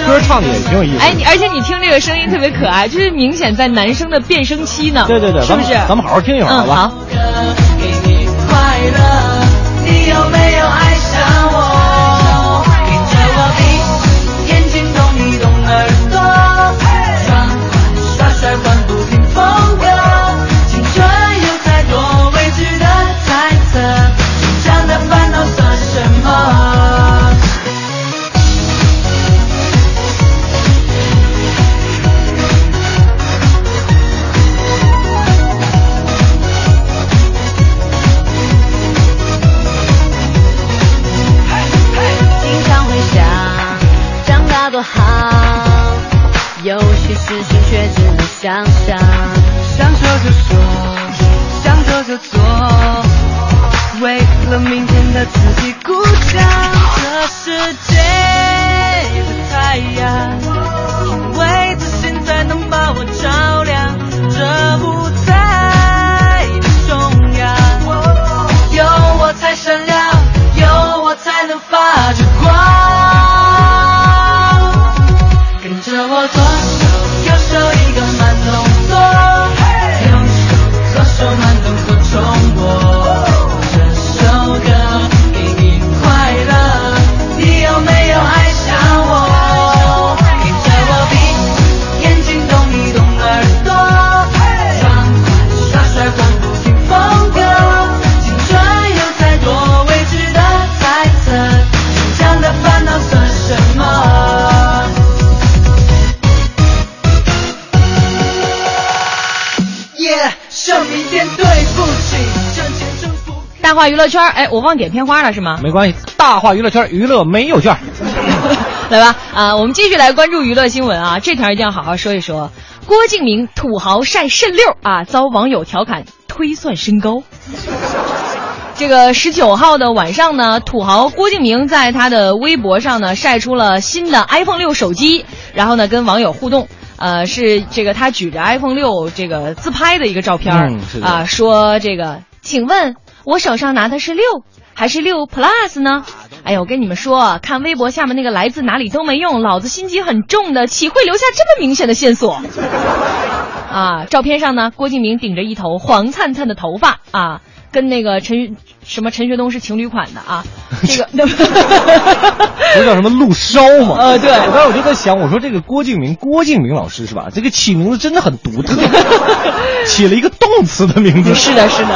Speaker 3: 歌唱的也挺有意思的。
Speaker 2: 哎，你而且你听这个声音特别可爱，就是明显在男生的变声期呢。
Speaker 3: 对对对，
Speaker 2: 是不是？
Speaker 3: 咱们咱们好好听一会儿，
Speaker 2: 嗯，
Speaker 3: 好吧？
Speaker 2: 好。
Speaker 6: 给你快乐，你有没有爱上我？跟着我比，眼睛动一动耳朵，爽耍帅换不停风格，青春有太多未知的猜测，紧张的烦恼算什么？
Speaker 7: 经常会想，长大多好。有些事情却只能想想。
Speaker 6: 想说就说，想做就做，为了明天的自己鼓掌。这世界的太阳，因为自信才能把我照亮，这不再重要。有我才闪亮，有我才能发着光。跟着我左手右手一个慢动作，右手左手慢动作重播。这首歌给你快乐，你有没有爱上我？跟着我比，眼睛动一动耳朵，爽快耍帅换不停风格，青春有太多未知的猜测，紧张的烦恼算什么？耶，生命点对不起，
Speaker 2: 大话娱乐圈，哎，我忘点片花了是吗？
Speaker 3: 没关系，大话娱乐圈，娱乐没有券。
Speaker 2: 来吧，啊，我们继续来关注娱乐新闻啊，这条一定要好好说一说。郭敬明土豪晒肾六啊，遭网友调侃推算身高。这个十九号的晚上呢，土豪郭敬明在他的微博上呢晒出了新的 iPhone 六手机，然后呢跟网友互动。呃，是这个他举着 iPhone 六这个自拍的一个照片儿啊、
Speaker 3: 嗯是的
Speaker 2: 说这个，请问我手上拿的是六还是六 Plus 呢？哎呀，我跟你们说啊，看微博下面那个来自哪里都没用，老子心机很重的，岂会留下这么明显的线索？啊，照片上呢，郭敬明顶着一头黄灿灿的头发啊，跟那个陈什么陈学冬是情侣款的啊， 这 个
Speaker 3: 不是叫什么陆烧吗？
Speaker 2: 呃对
Speaker 3: 我刚才我就在想，我说这个郭敬明，郭敬明老师是吧？这个起名字真的很独 特，起了一个动词的名字。
Speaker 2: 嗯是的，是的。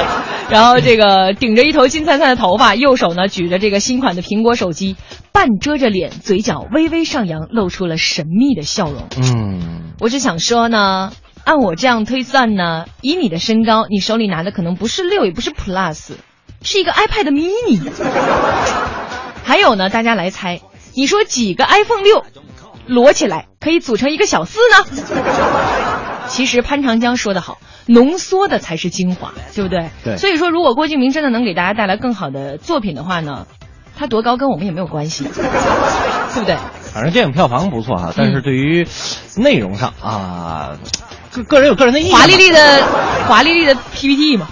Speaker 2: 然后这个顶着一头金灿灿的头发，右手呢举着这个新款的苹果手机，半遮着脸，嘴角微微上扬，露出了神秘的笑容。
Speaker 3: 嗯，
Speaker 2: 我只想说呢，按我这样推算呢，以你的身高，你手里拿的可能不是六，也不是 Plus，是一个 iPad mini。还有呢，大家来猜，你说几个 iPhone 六摞起来可以组成一个小四呢？其实潘长江说得好，浓缩的才是精华，对不对？
Speaker 3: 对
Speaker 2: 所以说，如果郭敬明真的能给大家带来更好的作品的话呢，他多高跟我们也没有关系，对不对？
Speaker 3: 反正电影票房不错哈，
Speaker 2: 嗯
Speaker 3: 但是对于内容上啊，个个人有个人的意见嘛。
Speaker 2: 华丽丽的华丽丽的 PPT 嘛。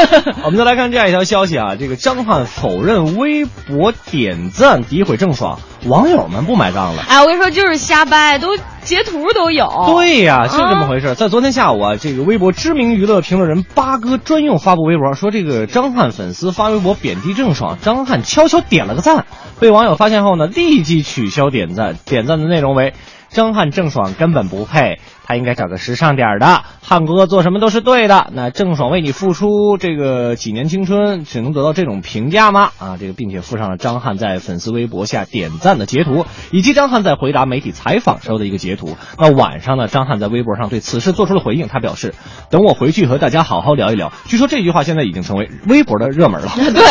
Speaker 3: 我们再来看这样一条消息啊，这个张翰否认微博点赞诋毁郑爽，网友们不买账了。
Speaker 2: 哎，我跟你说，就是瞎掰，都截图都有。
Speaker 3: 对呀、
Speaker 2: 啊
Speaker 3: 就是这么回事。在昨天下午啊，这个微博知名娱乐评论人八哥专用发布微博说，这个张翰粉丝发微博贬低郑爽，张翰悄悄点了个赞，被网友发现后呢，立即取消点赞，点赞的内容为。张翰郑爽根本不配，他应该找个时尚点儿的。汉哥做什么都是对的。那郑爽为你付出这个几年青春，只能得到这种评价吗？啊，这个并且附上了张翰在粉丝微博下点赞的截图，以及张翰在回答媒体采访时候的一个截图。那晚上呢，张翰在微博上对此事做出了回应，他表示：“等我回去和大家好好聊一聊。”据说这句话现在已经成为微博的热门了。
Speaker 2: 对，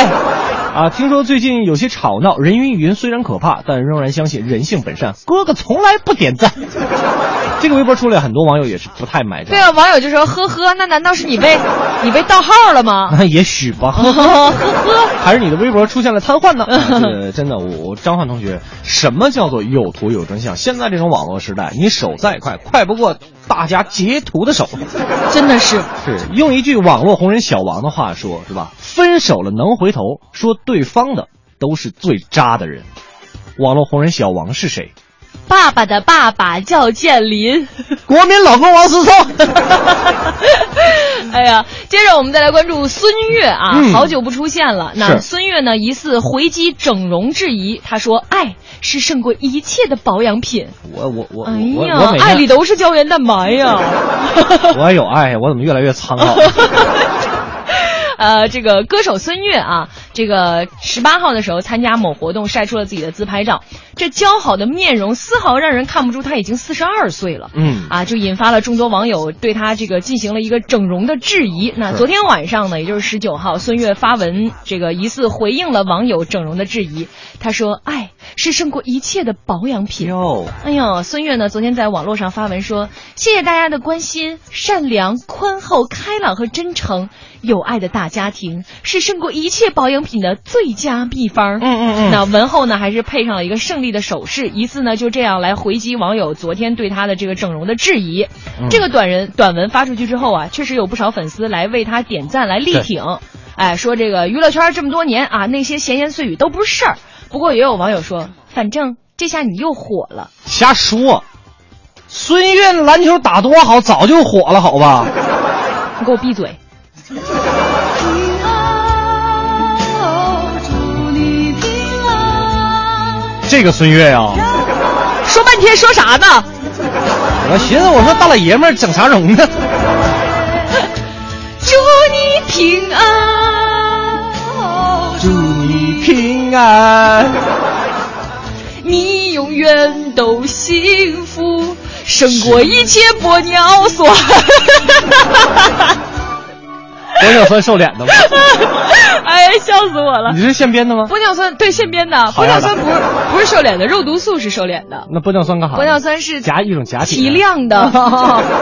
Speaker 3: 啊，听说最近有些吵闹，人云亦云虽然可怕，但仍然相信人性本善。哥哥从来不点赞。这个微博出来，很多网友也是不太买账。
Speaker 2: 对啊，网友就说：“呵呵，那难道是你被你被盗号了吗
Speaker 3: 那也许 吧，？”
Speaker 2: 呵呵呵，
Speaker 3: 还是你的微博出现了瘫痪 呢？啊这个真的，我我张焕同学，什么叫做有图有真相？现在这种网络时代，你手再快，快不过大家截图的手。
Speaker 2: 真的是
Speaker 3: 是用一句网络红人小王的话说，是吧？分手了能回头，说对方的都是最渣的人。网络红人小王是谁？
Speaker 2: 爸爸的爸爸叫建林。
Speaker 3: 国民老公王思聪。
Speaker 2: 哎呀，接着我们再来关注孙悦啊，
Speaker 3: 嗯
Speaker 2: 好久不出现了。那
Speaker 3: 是
Speaker 2: 孙悦呢，疑似回击整容质疑，他说：“爱是胜过一切的保养品。
Speaker 3: 我我”我
Speaker 2: 哎
Speaker 3: 我
Speaker 2: 呀
Speaker 3: 我，每
Speaker 2: 爱里
Speaker 3: 天
Speaker 2: 都是胶原蛋 白呀。
Speaker 3: 我有爱，我怎么越来越苍 老？
Speaker 2: 呃，这个歌手孙悦啊，这个十八号的时候参加某活动，晒出了自己的自拍照。这姣好的面容丝毫让人看不出他已经四十二岁了。
Speaker 3: 嗯
Speaker 2: 啊，就引发了众多网友对他这个进行了一个整容的质疑。那
Speaker 3: 是
Speaker 2: 昨天晚上呢，也就是十九号，孙悦发文这个疑似回应了网友整容的质疑。他说：“爱是胜过一切的保养品。”
Speaker 3: 哟，
Speaker 2: 哎呦，孙悦呢？昨天在网络上发文说：“谢谢大家的关心，善良、宽厚、开朗和真诚，有爱的大家庭是胜过一切保养品的最佳秘方。”
Speaker 3: 嗯嗯嗯
Speaker 2: 那文后呢，还是配上了一个胜利的手势，疑似呢就这样来回击网友昨天对他的这个整容的质疑。
Speaker 3: 嗯
Speaker 2: 这个短人短文发出去之后啊，确实有不少粉丝来为他点赞来力挺。哎，说这个娱乐圈这么多年啊，那些闲言碎语都不是事儿。不过也有网友说，反正这下你又火了。
Speaker 3: 瞎说。孙悦篮球打多好，早就火了，好吧？
Speaker 2: 你给我闭嘴！
Speaker 4: 平安，哦，祝你平安。
Speaker 3: 这个孙悦呀、
Speaker 2: 说半天说啥呢？
Speaker 3: 我寻思我说大老爷们儿整啥容呢？
Speaker 2: 祝你平安，
Speaker 3: 祝你平安。
Speaker 2: 你永远都幸福，胜过一切玻尿酸。
Speaker 3: 我有分瘦脸的吗？
Speaker 2: 哎呀，笑死我 了
Speaker 3: 你！是现编的吗？
Speaker 2: 玻尿酸对现编的，
Speaker 3: 好
Speaker 2: 玻
Speaker 3: 样
Speaker 2: 尿
Speaker 3: 的
Speaker 2: 酸不是不是瘦脸的，肉毒素是瘦脸的，
Speaker 3: 那玻尿酸干啥？
Speaker 2: 玻尿酸是
Speaker 3: 夹一种假体。哦
Speaker 2: 提 亮的、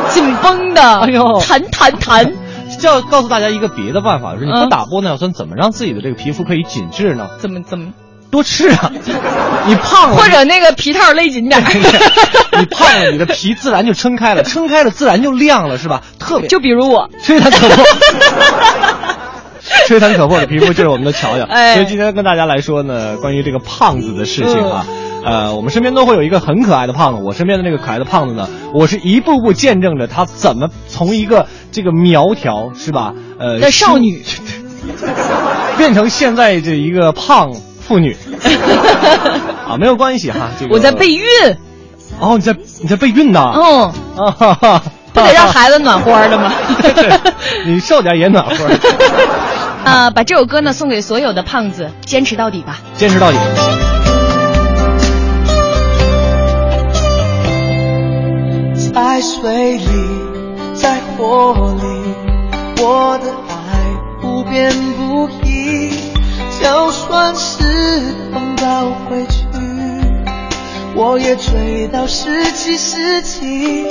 Speaker 2: 紧绷的，
Speaker 3: 哎呦
Speaker 2: 弹弹 弹，
Speaker 3: 要告诉大家一个别的办法，就是你不
Speaker 2: 嗯
Speaker 3: 打玻尿酸，怎么让自己的这个皮肤可以紧致呢？
Speaker 2: 怎么怎么，
Speaker 3: 多吃 啊！你胖 了，
Speaker 2: 或者那个皮套勒紧 点儿。
Speaker 3: 你胖了，你的皮自然就撑开了，撑开了自然就亮了，是吧？特别
Speaker 2: 就比如我，
Speaker 3: 吹弹可破， 吹弹可破的皮肤就是我们的乔乔。
Speaker 2: 哎
Speaker 3: 所以今天跟大家来说呢，关于这个胖子的事情啊。
Speaker 2: 嗯
Speaker 3: 呃，我们身边都会有一个很可爱的胖子。我身边的那个可爱的胖子呢，我是一步步见证着他怎么从一个这个苗条是吧，呃，
Speaker 2: 的少女
Speaker 3: 是， 变成现在这一个胖妇 女啊，没有关系哈。这个
Speaker 2: 我在备孕，
Speaker 3: 哦，你在你在备孕呢？
Speaker 2: 嗯，
Speaker 3: 啊哈哈，？
Speaker 2: 不得让孩子暖和儿的吗
Speaker 3: 对 你瘦点也暖和。
Speaker 2: 呃，把这首歌呢送给所有的胖子，坚持到底吧。
Speaker 3: 坚持到底。
Speaker 6: 在水里，在火里，我的爱不变不移。就算是碰到回去，我也追到十七世纪。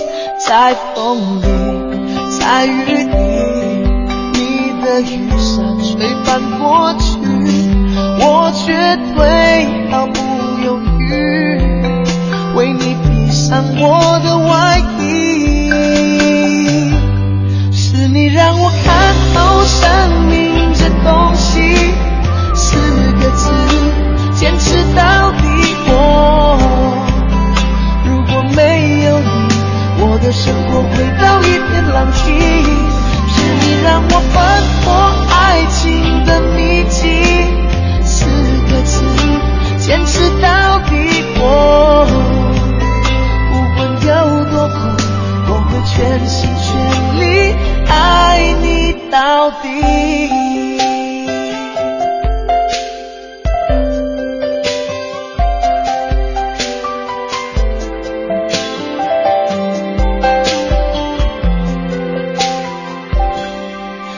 Speaker 6: 在风里，在雨里，你的雨伞吹翻过去，我绝对毫不犹豫。为你披上我的外衣。是你让我看透生命这东西，四个字，坚持到底。我如果没有你，我的生活回到一片狼藉。是你让我翻破爱情的秘境。四个字，坚持到底。我不管有多苦，我会全心全力爱你到底。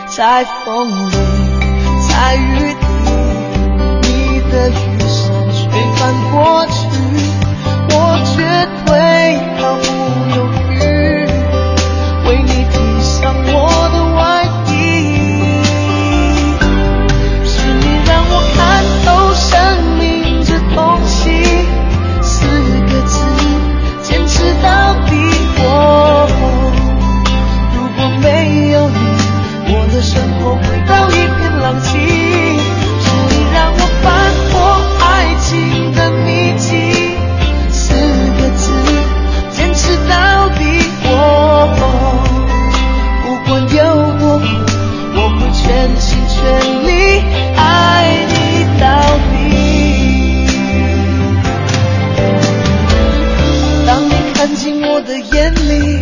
Speaker 6: 在风里，在雨里。你的雨伞吹翻过去，我绝对毫不犹豫，为你披上我的外衣。是你让我看透生命这东西，四个字，坚持到底。我如果没有你，我的生活回到一片狼藉。是你让我翻破爱情的秘境，四个字，坚持到底。我。不管有多苦，我会全心全力爱你到底。当你看进我的眼里，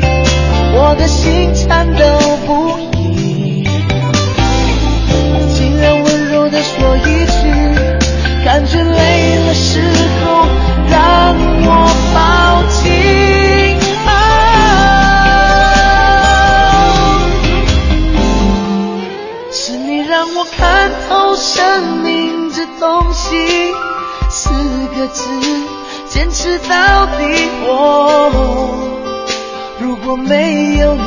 Speaker 6: 我的心颤抖不已。竟然温柔地说一句，感觉累了时候，让我抱紧。啊，是你让我看透生命这东西，四个字，坚持到底。我。如果没有你，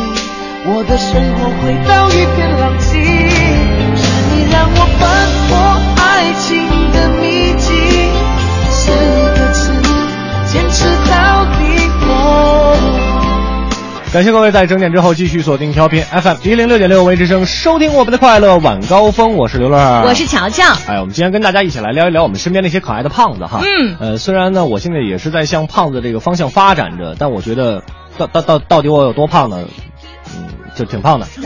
Speaker 6: 我的生活回到一片狼藉。是你让我翻破爱情的秘境，四个字，坚持到底。我
Speaker 3: 感谢各位在整点之后继续锁定调频 FM 一零六点六为之声，收听我们的快乐晚高峰。我是刘乐，
Speaker 2: 我是。乔乔，
Speaker 3: 哎，我们今天跟大家一起来聊一聊我们身边那些可爱的胖子哈。
Speaker 2: 嗯
Speaker 3: 呃，虽然呢，我现在也是在向胖子这个方向发展着，但我觉得到到到到底我有多胖呢？嗯，就挺胖的，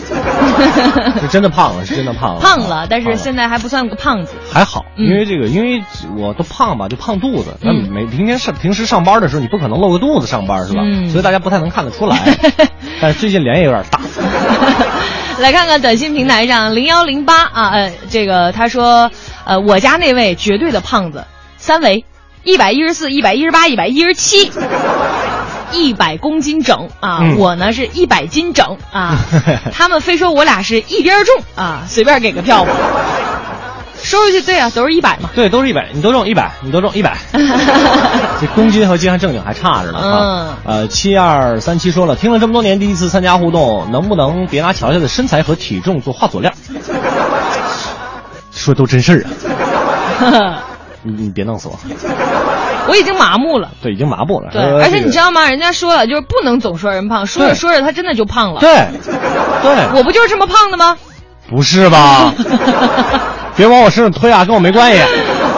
Speaker 3: 是真的胖了，是真的胖了，
Speaker 2: 胖了，但是现
Speaker 3: 在。
Speaker 2: 在还不算个胖子。
Speaker 3: 还好，
Speaker 2: 嗯
Speaker 3: 因为这个，因为我都胖吧，就胖肚子。那
Speaker 2: 嗯
Speaker 3: 每平天上平时上班的时候，你不可能露个肚子上班是吧？
Speaker 2: 嗯
Speaker 3: 所以大家不太能看得出 来。但是最近脸也有点大，
Speaker 2: 来看看短信平台上零幺零八啊，呃，这个他说，呃，我家那位绝对的胖子，三围，一百一十四、一百一十八、一百一十七，一百公斤整啊，
Speaker 3: 嗯
Speaker 2: 我呢是一百斤整 啊，他们非说我俩是一边儿重啊，随便给个票吧。收出去对啊，都是一百嘛。
Speaker 3: 对，都是一百，你都中一百，你都中一 百。这公斤和斤还正经还差着呢啊。呃，七二三七说了，听了这么多年，第一次参加互动，能不能别拿乔乔的身材和体重做画佐料？说都真事儿啊， 你你别弄死我，
Speaker 2: 我已经麻木了。
Speaker 3: 对，已经麻木了。
Speaker 2: 对，
Speaker 3: 说
Speaker 2: 而且
Speaker 3: 这
Speaker 2: 你
Speaker 3: 个
Speaker 2: 知道吗？人家说了，就是不能总说人胖，说着
Speaker 3: 对
Speaker 2: 说着他真的就胖了。，
Speaker 3: 对，对，
Speaker 2: 我不就是这么胖的吗？
Speaker 3: 不是 吧？别往我身上推啊，跟我没关系。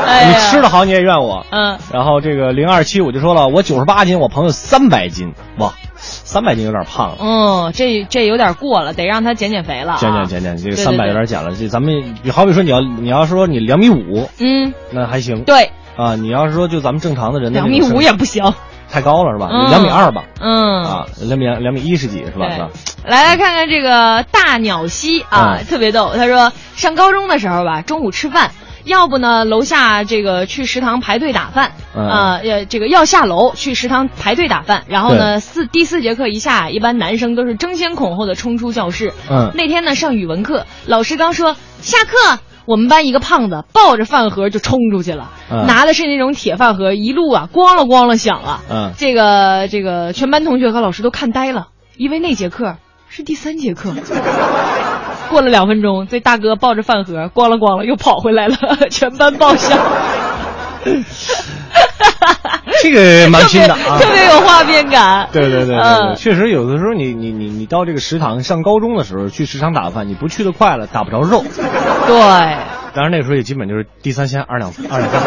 Speaker 2: 哎呀
Speaker 3: 你吃的好你也怨我。
Speaker 2: 嗯，
Speaker 3: 然后这个零二七我就说了，我九十八斤，我朋友三百斤，哇，三百斤有点胖了。
Speaker 2: 嗯，这这有点过了，得让他减减肥了、啊。
Speaker 3: 减减减减，这个
Speaker 2: 对对
Speaker 3: 三百
Speaker 2: 对
Speaker 3: 有点减了。这咱们你好比说你要你要说你两米五，
Speaker 2: 嗯，
Speaker 3: 那还行。
Speaker 2: 对，
Speaker 3: 啊，你要是说就咱们正常的人的
Speaker 2: 两
Speaker 3: 那
Speaker 2: 米
Speaker 3: 种身
Speaker 2: 五也不行。
Speaker 3: 太高了是吧？
Speaker 2: 嗯
Speaker 3: 两米二吧，
Speaker 2: 嗯，
Speaker 3: 啊，两米两米一十几是吧？啊
Speaker 2: 对
Speaker 3: 是吧？
Speaker 2: 来来看看这个大鸟西啊，
Speaker 3: 嗯
Speaker 2: 特别逗。他说上高中的时候吧，中午吃饭，要不呢楼下这个去食堂排队打饭
Speaker 3: 嗯
Speaker 2: 啊，呃这个要下楼去食堂排队打饭。然后呢，
Speaker 3: 对
Speaker 2: 四第四节课一下，一般男生都是争先恐后的冲出教室。
Speaker 3: 嗯
Speaker 2: 那天呢上语文课，老师刚说下课。我们班一个胖子抱着饭盒就冲出去了，
Speaker 3: 嗯
Speaker 2: 拿的是那种铁饭盒，一路啊咣啷咣啷响啊，
Speaker 3: 嗯
Speaker 2: 这个这个全班同学和老师都看呆了，因为那节课是第三节课。过了两分钟，这大哥抱着饭盒咣啷咣啷又跑回来了， 全班爆笑，
Speaker 3: 这个蛮
Speaker 2: 特
Speaker 3: 拼
Speaker 2: 别
Speaker 3: 的啊。
Speaker 2: 特别有画面感。
Speaker 3: 对对对对对，
Speaker 2: 嗯
Speaker 3: 确实有的时候你你你你到这个食堂上高中的时候去食堂打饭，你不去的快了，打不着肉。
Speaker 2: 对，
Speaker 3: 当然那个时候也基本就是地三鲜二两二两饭。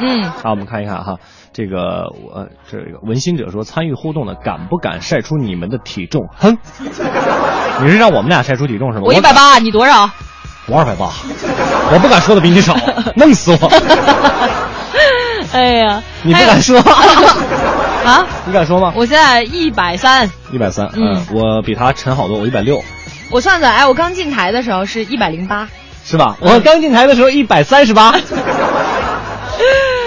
Speaker 2: 嗯，
Speaker 3: 好，我们看一看哈，这个我这个文心者说，参与互动的敢不敢晒出你们的体重？哼，你是让我们俩晒出体重是吗？
Speaker 2: 我一百，八，你多少？
Speaker 3: 我二百八，我不敢说的比你 少，弄死我！
Speaker 2: 哎呀，
Speaker 3: 你不敢说
Speaker 2: 还有 啊？
Speaker 3: 你敢说吗？
Speaker 2: 我现在一百三，
Speaker 3: 一百三，
Speaker 2: 嗯
Speaker 3: 嗯，我比他沉好多，我一百六，
Speaker 2: 我算算，哎，我刚进台的时候是一百零八。
Speaker 3: 是吧？我刚进台的时候一百三十八。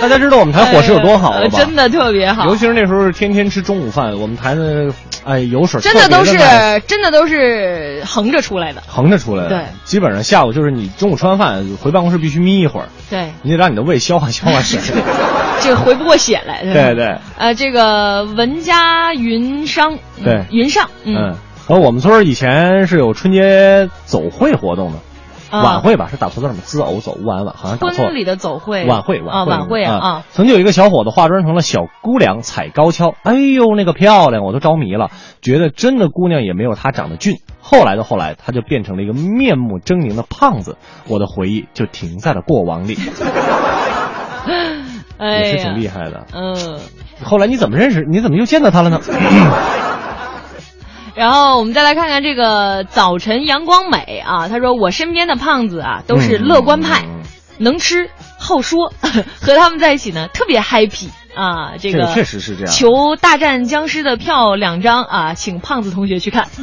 Speaker 3: 大家知道我们台伙食有多好
Speaker 2: 哎
Speaker 3: 了
Speaker 2: 呀
Speaker 3: 吧？
Speaker 2: 呃真的特别好
Speaker 3: 尤。其是那时候是天天吃中午饭，我们台的哎油水
Speaker 2: 真的
Speaker 3: 特别
Speaker 2: 都是
Speaker 3: 卖
Speaker 2: 真的都是横着出来的，
Speaker 3: 横着出来的。
Speaker 2: 对
Speaker 3: 基本上下午就是你中午吃完饭回办公室必须眯一会儿，
Speaker 2: 对，
Speaker 3: 你得让你的胃消化消化 水。
Speaker 2: 这个回不过血来。对吧
Speaker 3: 对对
Speaker 2: 呃，这个文家云商，嗯
Speaker 3: 对
Speaker 2: 云上，
Speaker 3: 嗯，而我们村儿以前是有春节走会活动的，
Speaker 2: 啊
Speaker 3: 晚会吧，是打错字儿吗？滋偶走，晚晚好像打错了。
Speaker 2: 婚礼的走会，
Speaker 3: 晚会，晚
Speaker 2: 啊，
Speaker 3: 会，嗯
Speaker 2: 晚会啊啊，
Speaker 3: 曾经有一个小伙子化妆成了小姑娘踩高跷，哎呦，那个漂亮，我都着迷了，觉得真的姑娘也没有她长得俊。后来的后来，她就变成了一个面目狰狞的胖子，我的回忆就停在了过 往里，
Speaker 2: 哎
Speaker 3: 也
Speaker 2: 呀，
Speaker 3: 是挺厉害的。
Speaker 2: 嗯，
Speaker 3: 后来你怎么认识？你怎么又见到她了呢？
Speaker 2: 然后我们再来看看这个早晨阳光美啊，他说我身边的胖子啊都是乐观派，
Speaker 3: 嗯
Speaker 2: 能吃好说， 和他们在一起呢特别 happy 啊，这
Speaker 3: 这
Speaker 2: 个
Speaker 3: 个确实是这样
Speaker 2: 求大战僵尸的票两张啊，请胖子同学去看
Speaker 3: 我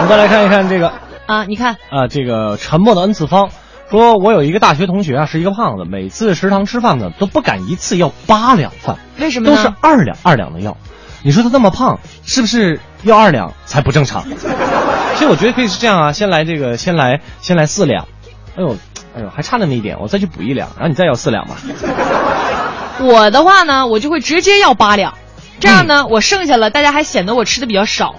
Speaker 3: 们再来看一看这个
Speaker 2: 啊，你看，
Speaker 3: 啊，这个沉默的 n 次方说，我有一个大学同学啊，是一个胖子，每次食堂吃饭呢都不敢一次要八两饭，
Speaker 2: 为什么
Speaker 3: 都
Speaker 2: 呢？
Speaker 3: 是二两二两的要。你说他那么胖，是不是要二两才不正常？ 其实我觉得可以是这样啊，先来这个，先来先来四两，哎呦哎呦，还差那么一点，我再去补一两，然后你再要四两吧。
Speaker 2: 我的话呢，我就会直接要八两，这样呢，我剩下了，大家还显得我吃的比较少，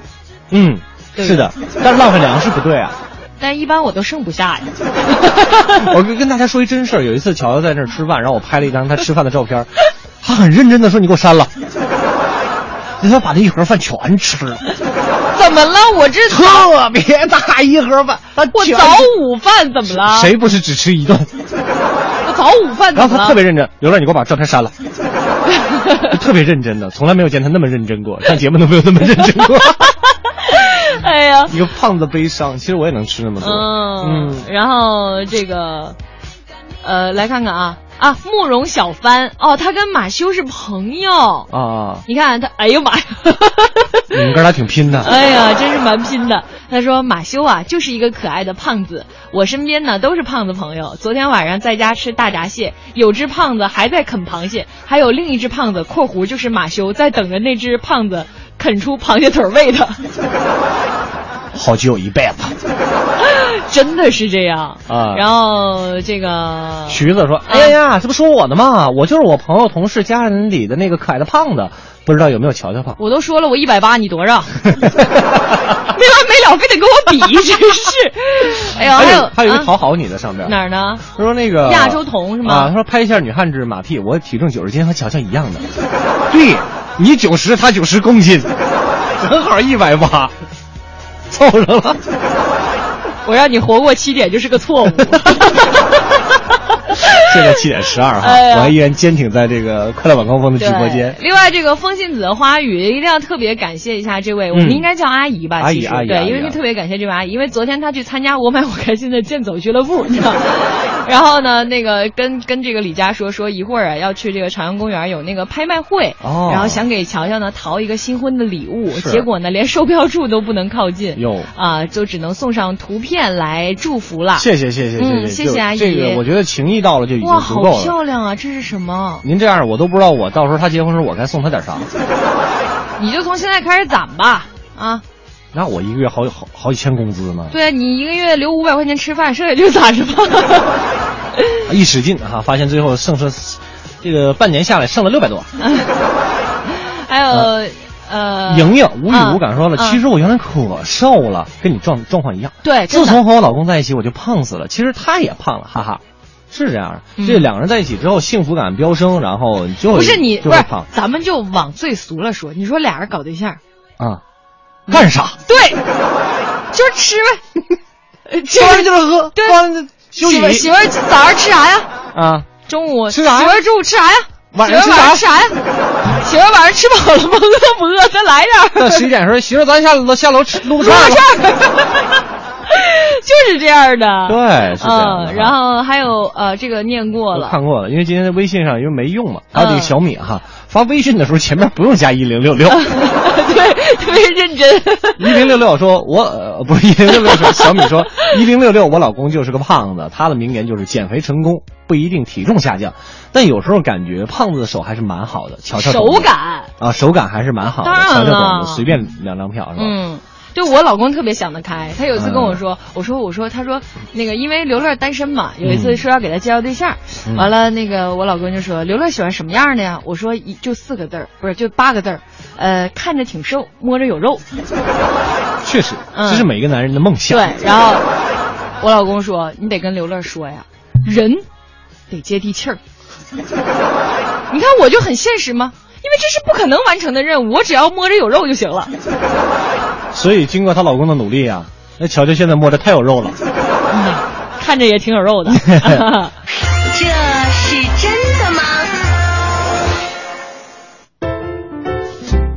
Speaker 3: 嗯，
Speaker 2: 对
Speaker 3: 是的，但是浪费粮食不对啊。
Speaker 2: 但一般我都剩不下呀。
Speaker 3: 我跟跟大家说一真事儿，有一次乔乔在那儿吃饭，然后我拍了一张他吃饭的照片儿，他很认真的说：“你给我删了。”你他把那一盒饭全吃了，
Speaker 2: 怎么了？我这
Speaker 3: 特别大一盒饭，他
Speaker 2: 我
Speaker 3: 全
Speaker 2: 早午饭怎么了？
Speaker 3: 谁不是只吃一顿？
Speaker 2: 我早午饭
Speaker 3: 然
Speaker 2: 啊怎
Speaker 3: 后
Speaker 2: 么
Speaker 3: 他
Speaker 2: 了？
Speaker 3: 特别认真，刘乐，你给我把照片删了。特别认真的，从来没有见他那么认真过，上节目都没有那么认真 过。
Speaker 2: 哎呀，
Speaker 3: 一个胖子悲伤，其实我也能吃那么多。
Speaker 2: 嗯，然后这个，呃，来看看啊啊，慕容小帆哦，他跟马修是朋友。
Speaker 3: 啊，
Speaker 2: 你看他，哎呦妈呀！
Speaker 3: 你们哥俩挺拼的。
Speaker 2: 哎呀，真是蛮拼的。他说马修啊，就是一个可爱的胖子，我身边呢都是胖子朋友。昨天晚上在家吃大闸蟹，有只胖子还在啃螃蟹，还有另一只胖子（括弧就是马修）在等着那只胖子啃出螃蟹腿儿喂他。
Speaker 3: 好酒一辈子，
Speaker 2: 真的是这样
Speaker 3: 啊
Speaker 2: 然后嗯这个
Speaker 3: 徐子说：“哎呀呀，这不说我呢吗？我就是我朋友、同事、家人里的那个可爱的胖子，不知道有没有瞧瞧胖？
Speaker 2: 我都说了，我一百八，你多 少？没完没了，非得跟我比，真是。哎呦，
Speaker 3: 还
Speaker 2: 还有
Speaker 3: 有还有一个
Speaker 2: 啊
Speaker 3: 讨好你的上边
Speaker 2: 哪儿呢？
Speaker 3: 他说那个
Speaker 2: 亚洲童是吗
Speaker 3: 呃啊，他说拍一下女汉子马屁，我体重九十斤和乔乔一样的，对你九十，他九十公斤，正好一百八，凑上了。
Speaker 2: 我让你活过七点就是个错误。
Speaker 3: 现在七点十二哈，
Speaker 2: 哎呀
Speaker 3: 我还依然坚挺在这个快乐晚高峰的直播间。
Speaker 2: 另外，这个风信子的花语一定要特别感谢一下这位，我
Speaker 3: 嗯
Speaker 2: 们应该叫阿姨吧？
Speaker 3: 阿姨
Speaker 2: 其实
Speaker 3: 阿姨阿
Speaker 2: 对，
Speaker 3: 姨
Speaker 2: 因为
Speaker 3: 啊
Speaker 2: 是特别感谢这位阿姨，因为昨天她去参加《我买我开心》的健走俱乐 部，你知道吗。然后呢，那个跟跟这个李佳说，说一会儿啊要去这个朝阳公园有那个拍卖会，
Speaker 3: 哦
Speaker 2: 然后想给乔乔呢淘一个新婚的礼物，
Speaker 3: 是
Speaker 2: 结果呢连售票处都不能靠近，
Speaker 3: 哟
Speaker 2: 啊，就只能送上图片来祝福了。
Speaker 3: 谢谢谢谢谢
Speaker 2: 嗯
Speaker 3: 谢
Speaker 2: 谢谢
Speaker 3: 就
Speaker 2: 阿姨
Speaker 3: 这个我觉得情谊到了就已经
Speaker 2: 哇，
Speaker 3: 足
Speaker 2: 好
Speaker 3: 够了。
Speaker 2: 漂亮啊！这是什么？
Speaker 3: 您这样我都不知道，我到时候他结婚时候我该送他点啥。
Speaker 2: 你就从现在开始攒吧，啊。
Speaker 3: 那我一个月好好好几千工资呢。
Speaker 2: 对啊你一个月留五百块钱吃饭，剩下就攒着吧。
Speaker 3: 一使劲哈、发现最后剩剩这个半年下来剩了六百多。
Speaker 2: 还
Speaker 3: 啊
Speaker 2: 有呃，
Speaker 3: 莹莹无语
Speaker 2: 啊
Speaker 3: 无感说了，
Speaker 2: 啊
Speaker 3: 其实我原来可瘦了，跟你状状况一样。
Speaker 2: 对真
Speaker 3: 自
Speaker 2: 的
Speaker 3: 从和我老公在一起，我就胖死了。其实他也胖了，哈哈。是这样的，
Speaker 2: 嗯
Speaker 3: 这两个人在一起之后，幸福感飙升，然后你 就
Speaker 2: 不是你
Speaker 3: 就
Speaker 2: 不
Speaker 3: 会
Speaker 2: 是
Speaker 3: 胖，
Speaker 2: 咱们就往最俗了说，你说俩人搞对象，
Speaker 3: 啊。干啥？
Speaker 2: 对，就是吃呗，呃吃
Speaker 3: 完了就是喝，
Speaker 2: 对
Speaker 3: 完了就休
Speaker 2: 媳妇儿媳
Speaker 3: 息
Speaker 2: 妇儿早上吃啥呀？
Speaker 3: 啊。
Speaker 2: 中午
Speaker 3: 吃啥呀
Speaker 2: 媳妇儿中午吃啥呀？
Speaker 3: 晚上
Speaker 2: 媳妇儿晚上吃啥呀？ 媳妇儿晚上吃饱了吗？饿不饿？再来点儿。
Speaker 3: 到十一点的时候，媳妇儿咱下楼下楼吃撸个
Speaker 2: 撸
Speaker 3: 串
Speaker 2: 个
Speaker 3: 吧
Speaker 2: 串儿，就是这样的。
Speaker 3: 对是这样的
Speaker 2: 嗯，然后还有呃，这个念过
Speaker 3: 我
Speaker 2: 了。
Speaker 3: 看过了，因为今天微信上因为没用嘛，还有这个
Speaker 2: 嗯
Speaker 3: 小米哈，发微信的时候前面不用加一零 六六，
Speaker 2: 对， 特别认真。
Speaker 3: 一零六六说我呃不是一零六六说小米说一零六六我老公就是个胖子，他的名言就是减肥成功不一定体重下降，但有时候感觉胖子的手还是蛮好的，瞧瞧
Speaker 2: 手
Speaker 3: 懂得
Speaker 2: 感，
Speaker 3: 啊手感还是蛮好的，
Speaker 2: 当然
Speaker 3: 瞧瞧懂
Speaker 2: 了
Speaker 3: 得随便两张票是吧？
Speaker 2: 嗯。对我老公特别想得开，他有一次跟我说，我说我说，他说那个因为刘乐单身嘛，有一次说要给他介绍对象，
Speaker 3: 嗯
Speaker 2: 完了那个我老公就说刘乐喜欢什么样的呀？我说一就四个字儿，不是就八个字儿，呃，看着挺瘦，摸着有肉。
Speaker 3: 确实，
Speaker 2: 嗯
Speaker 3: 这是每个男人的梦想。
Speaker 2: 对，然后我老公说：“你得跟刘乐说呀，人得接地气儿。”你看，我就很现实吗？因为这是不可能完成的任务，我只要摸着有肉就行了。
Speaker 3: 所以经过她老公的努力啊，那乔乔现在摸着太有肉了。
Speaker 2: 看着也挺 有肉的。
Speaker 7: 这是真的吗？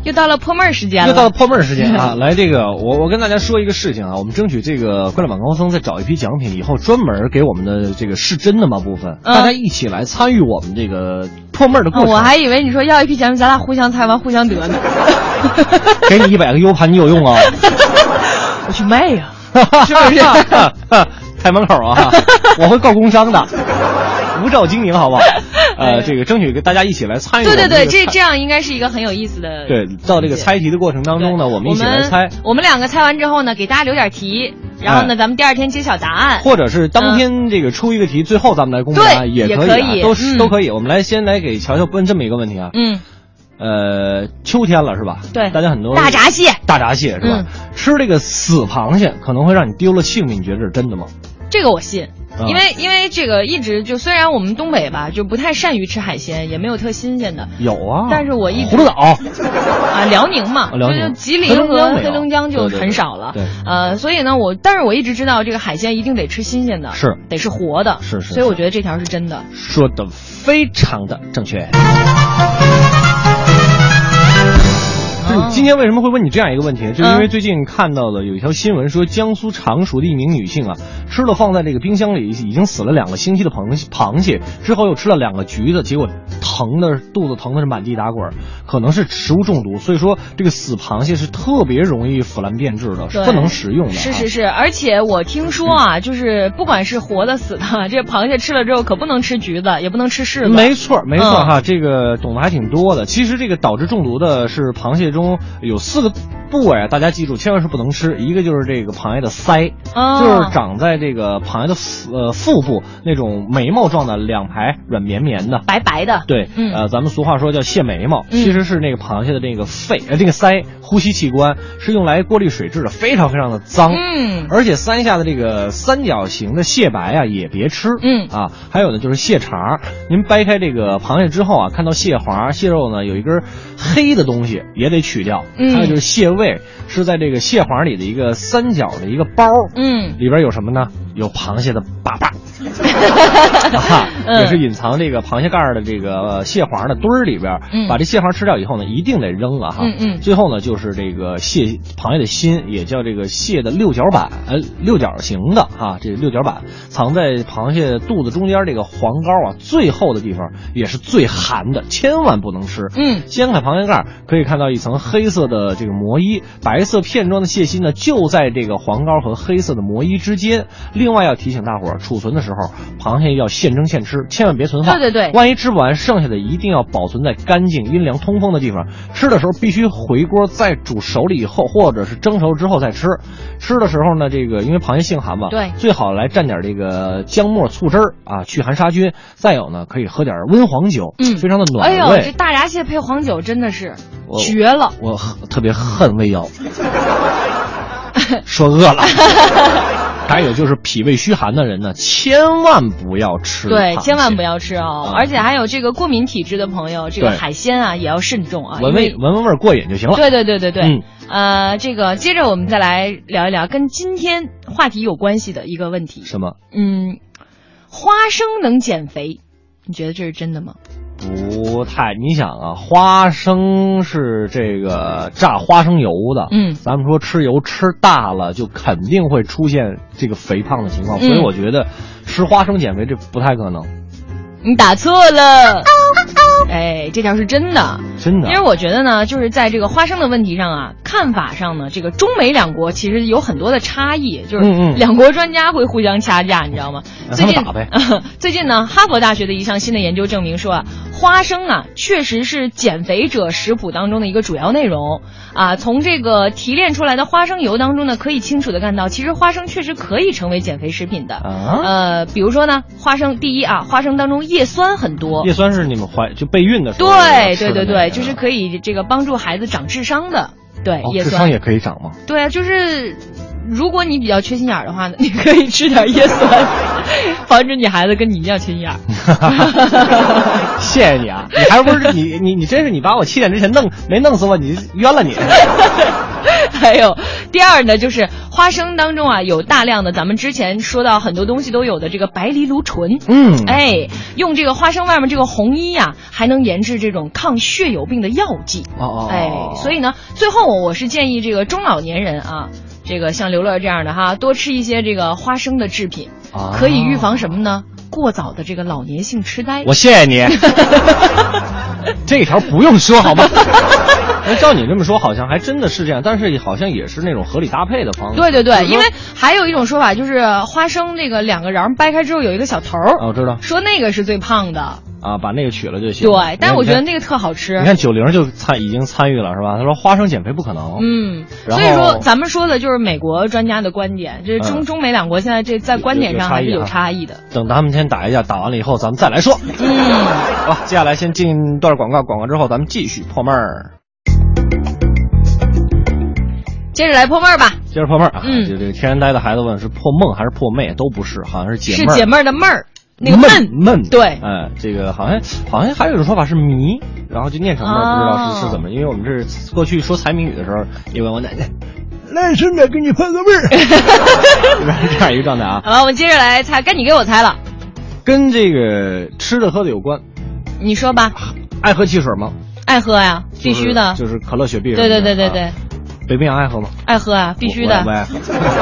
Speaker 2: 又到了破闷儿时间了，
Speaker 3: 又到了泡沫儿时 间啊！来，这个我我跟大家说一个事情啊，我们争取这个快乐晚高峰再找一批奖品，以后专门给我们的这个是真的吗部分，
Speaker 2: 嗯
Speaker 3: 大家一起来参与我们这个破闷儿的过
Speaker 2: 嗯
Speaker 3: 程。
Speaker 2: 我还以为你说要一批奖品，咱俩互相猜完互相得 呢。
Speaker 3: 给你一百个 U 盘，你有用啊？
Speaker 2: 我去 卖呀、
Speaker 3: 是不是？开门口 啊，我会告工商的，无照经营，好不好？
Speaker 2: 哎
Speaker 3: 呃，
Speaker 2: 呦
Speaker 3: 这个争取跟大家一起来参与我
Speaker 2: 对
Speaker 3: 们
Speaker 2: 对
Speaker 3: 哎个猜。
Speaker 2: 对，这这样应该是一个很有意思的。
Speaker 3: 对，到这个猜题的过程当中呢，
Speaker 2: 对
Speaker 3: 我们一起来猜。
Speaker 2: 我们两个猜完之后呢，给大家留点题，然后呢，
Speaker 3: 哎
Speaker 2: 咱们第二天揭晓答案。
Speaker 3: 或者是当天这个出一个题，最后咱们来公布答案
Speaker 2: 对
Speaker 3: 也可
Speaker 2: 也可
Speaker 3: 啊，
Speaker 2: 以
Speaker 3: 都是
Speaker 2: 嗯
Speaker 3: 都可以。我们来先来给乔乔问这么一个问题啊，
Speaker 2: 嗯，
Speaker 3: 呃，秋天了是吧？
Speaker 2: 对
Speaker 3: 大家很多
Speaker 2: 大闸蟹嗯
Speaker 3: 大闸蟹是吧？吃这个死螃蟹可能会让你丢了性命，你觉得这是真的吗？
Speaker 2: 这个我信
Speaker 3: 啊。
Speaker 2: 因为因为这个一直就虽然我们东北吧就不太善于吃海鲜，也没有特新鲜的
Speaker 3: 有啊，
Speaker 2: 但是我一直
Speaker 3: 葫芦岛，
Speaker 2: 啊，辽宁嘛，
Speaker 3: 啊辽宁
Speaker 2: 就就吉
Speaker 3: 黑
Speaker 2: 林
Speaker 3: 龙江
Speaker 2: 和
Speaker 3: 没有
Speaker 2: 黑龙江就
Speaker 3: 对对对
Speaker 2: 很少了。
Speaker 3: 对
Speaker 2: 呃，所以呢，我但是我一直知道这个海鲜一定得吃新鲜的，
Speaker 3: 是
Speaker 2: 得是活的，
Speaker 3: 是是
Speaker 2: 所以我觉得这条是真的。
Speaker 3: 说的非常的正确。就是你今天为什么会问你这样一个问题呢？就是因为最近看到了有一条新闻说，江苏常熟的一名女性啊，吃了放在这个冰箱里已经死了两个星期的螃蟹，螃蟹之后又吃了两个橘子，结果疼的肚子疼的是满地打滚儿，可能是食物中毒。所以说这个死螃蟹是特别容易腐烂变质的，是
Speaker 2: 对
Speaker 3: 不能食用的啊。
Speaker 2: 是是是，而且我听说啊，就是不管是活的死的，这螃蟹吃了之后可不能吃橘子，也不能吃柿子。
Speaker 3: 没错儿，没错
Speaker 2: 嗯
Speaker 3: 儿哈，这个懂得还挺多的。其实这个导致中毒的是螃蟹中有四个部位啊，大家记住千万是不能吃。一个就是这个螃蟹的鳃，
Speaker 2: 哦
Speaker 3: 就是长在这个螃蟹的腹呃腹部那种眉毛状的两排软绵绵的。
Speaker 2: 白白的，
Speaker 3: 对，
Speaker 2: 嗯
Speaker 3: 呃，咱们俗话说叫蟹眉毛，
Speaker 2: 嗯
Speaker 3: 其实是那个螃蟹的那个肺，呃，这个鳃呼吸器官是用来过滤水质的，非常非常的脏。
Speaker 2: 嗯
Speaker 3: 而且三峡的这个三角形的蟹白啊，也别吃。
Speaker 2: 嗯
Speaker 3: 啊，还有呢就是蟹肠，您掰开这个螃蟹之后啊，看到蟹黄、蟹肉呢有一根黑的东西也得取掉。
Speaker 2: 嗯
Speaker 3: 还有就是蟹胃是在这个蟹黄里的一个三角的一个包，
Speaker 2: 嗯，
Speaker 3: 里边有什么呢？有螃蟹的粑粑。哈，
Speaker 2: 嗯
Speaker 3: 也是隐藏这个螃蟹盖儿的这个呃蟹黄的堆儿里边儿，
Speaker 2: 嗯
Speaker 3: 把这蟹黄吃掉以后呢，一定得扔了哈。
Speaker 2: 嗯嗯
Speaker 3: 最后呢，就是这个蟹螃蟹的心，也叫这个蟹的六角板，呃，六角形的哈，这六角板藏在螃蟹肚子中间这个黄膏啊最厚的地方，也是最寒的，千万不能吃。
Speaker 2: 嗯
Speaker 3: 掀开螃蟹盖儿，可以看到一层黑色的这个膜衣，白色片状的蟹心呢，就在这个黄膏和黑色的膜衣之间。另外要提醒大伙儿，储存的时候，螃蟹要现蒸现吃，千万别存放。
Speaker 2: 对对对
Speaker 3: 万一吃不完，剩下的一定要保存在干净、阴凉、通风的地方。吃的时候必须回锅，再煮熟了以后，或者是蒸熟之后再吃。吃的时候呢，这个因为螃蟹性寒嘛，
Speaker 2: 对
Speaker 3: 最好来蘸点这个姜末、醋汁儿啊，去寒杀菌。再有呢，可以喝点温黄酒，
Speaker 2: 嗯
Speaker 3: 非常的暖
Speaker 2: 哎
Speaker 3: 胃。
Speaker 2: 呦，这大闸蟹配黄酒真的是
Speaker 3: 我
Speaker 2: 绝了。
Speaker 3: 我很特别恨胃药，说饿 了。还有就是脾胃虚寒的人呢，千万不要吃，
Speaker 2: 对，千万不。要吃哦
Speaker 3: 啊！
Speaker 2: 而且还有这个过敏体质的朋友，这个
Speaker 3: 对
Speaker 2: 海鲜啊也要慎重啊。
Speaker 3: 闻
Speaker 2: 因为
Speaker 3: 味闻闻味儿过瘾就行了。
Speaker 2: 对对对对对，
Speaker 3: 嗯
Speaker 2: 呃，这个接着我们再来聊一聊跟今天话题有关系的一个问题，
Speaker 3: 什么？
Speaker 2: 嗯，花生能减肥，你觉得这是真的吗？
Speaker 3: 不太，你想啊，花生是这个榨花生油的，
Speaker 2: 嗯
Speaker 3: 咱们说吃油吃大了，就肯定会出现这个肥胖的情况，所以
Speaker 2: 嗯
Speaker 3: 我觉得吃花生减肥这不太可能，
Speaker 2: 你打错了，哎，这条是真的。
Speaker 3: 真的
Speaker 2: 因为。我觉得呢，就是在这个花生的问题上啊，看法上呢，这个中美两国其实有很多的差异，就是
Speaker 3: 嗯嗯哎
Speaker 2: 两国专家会互相掐架，你知道吗？
Speaker 3: 那他
Speaker 2: 最
Speaker 3: 们
Speaker 2: 近
Speaker 3: 打呗
Speaker 2: 最近呢，哈佛大学的一项新的研究证明说啊，花生啊确实是减肥者食谱当中的一个主要内容啊。从这个提炼出来的花生油当中呢，可以清楚的看到，其实花生确实可以成为减肥食品的。
Speaker 3: 啊，
Speaker 2: 呃，比如说呢，花生第一啊，花生当中叶酸很多，
Speaker 3: 叶酸是你们怀就备孕的时候
Speaker 2: 对
Speaker 3: 吃的
Speaker 2: 对
Speaker 3: 那
Speaker 2: 对
Speaker 3: 个
Speaker 2: 对，就是可以这个帮助孩子长智商的，对
Speaker 3: 哦
Speaker 2: 叶
Speaker 3: 智商
Speaker 2: 酸，
Speaker 3: 也可以长吗？
Speaker 2: 对啊，就是如果你比较缺心眼儿的话呢，你可以吃点 叶酸，防止你孩子跟你一样缺心眼儿。
Speaker 3: 谢谢你啊！你还不是你你你真是你把我七点之前弄没弄死我，你冤 了你。
Speaker 2: 还有第二呢，就是花生当中啊有大量的咱们之前说到很多东西都有的这个白藜芦醇，
Speaker 3: 嗯，
Speaker 2: 哎，用这个花生外面这个红衣呀、还能研制这种抗血友病的药剂。
Speaker 3: 哦哦，
Speaker 2: 哎，所以呢，最后我是建议这个中老年人啊，这个像刘乐这样的哈，多吃一些这个花生的制品，
Speaker 3: 啊
Speaker 2: 可以预防什么呢？过早的这个老年性痴呆。
Speaker 3: 我谢谢 你。这条不用说好吗？ 那照你这么说，好像还真的是这样，但是好像也是那种合理搭配的方式。
Speaker 2: 对对对，
Speaker 3: 就是说
Speaker 2: 因为还有一种说法就是花生这个两个瓤掰开之后有一个小头
Speaker 3: 啊，
Speaker 2: 儿，
Speaker 3: 我知道
Speaker 2: 说那个是最胖的。
Speaker 3: 啊，把那个取了就行。
Speaker 2: 对，但是我觉得
Speaker 3: 你看
Speaker 2: 那个特好吃。
Speaker 3: 你看九零就参已经参与了是吧？他说花生减肥不可能。
Speaker 2: 嗯，
Speaker 3: 然
Speaker 2: 所以
Speaker 3: 后
Speaker 2: 说咱们说的就是美国专家的观点，这中、
Speaker 3: 嗯
Speaker 2: 中美两国现在这在观点上
Speaker 3: 啊
Speaker 2: 还是有差异的。
Speaker 3: 等他们先打一架，打完了以后咱们再来说。
Speaker 2: 嗯，
Speaker 3: 好，接下来先进段广告，广告之后咱们继续破闷儿。
Speaker 2: 接着来破闷儿吧，
Speaker 3: 接着破闷儿啊，
Speaker 2: 嗯
Speaker 3: 就这个天然呆的孩子问是破梦还是破妹，都不是，好像是解
Speaker 2: 是
Speaker 3: 闷儿。
Speaker 2: 解闷儿的闷儿，那个闷
Speaker 3: 闷。闷
Speaker 2: 对
Speaker 3: 哎，这个好像好像还有一种说法是迷，然后就念成闷儿，不知道是
Speaker 2: 哦
Speaker 3: 是怎么，因为我们这是过去说财谜语的时候，也问我奶奶，来顺便给你破个闷儿，这样一个状态 啊，
Speaker 2: 好了，我们接着来猜，该你给我猜了，
Speaker 3: 跟这个吃的喝的有关，
Speaker 2: 你说吧，
Speaker 3: 爱喝汽水吗？
Speaker 2: 爱喝呀，必
Speaker 3: 就是
Speaker 2: 须的，
Speaker 3: 就是可乐、雪碧什么
Speaker 2: 对
Speaker 3: 的。
Speaker 2: 对对对
Speaker 3: 啊
Speaker 2: 对，，
Speaker 3: 北冰洋爱喝吗？
Speaker 2: 爱喝啊，必须的
Speaker 3: 我我，爱喝。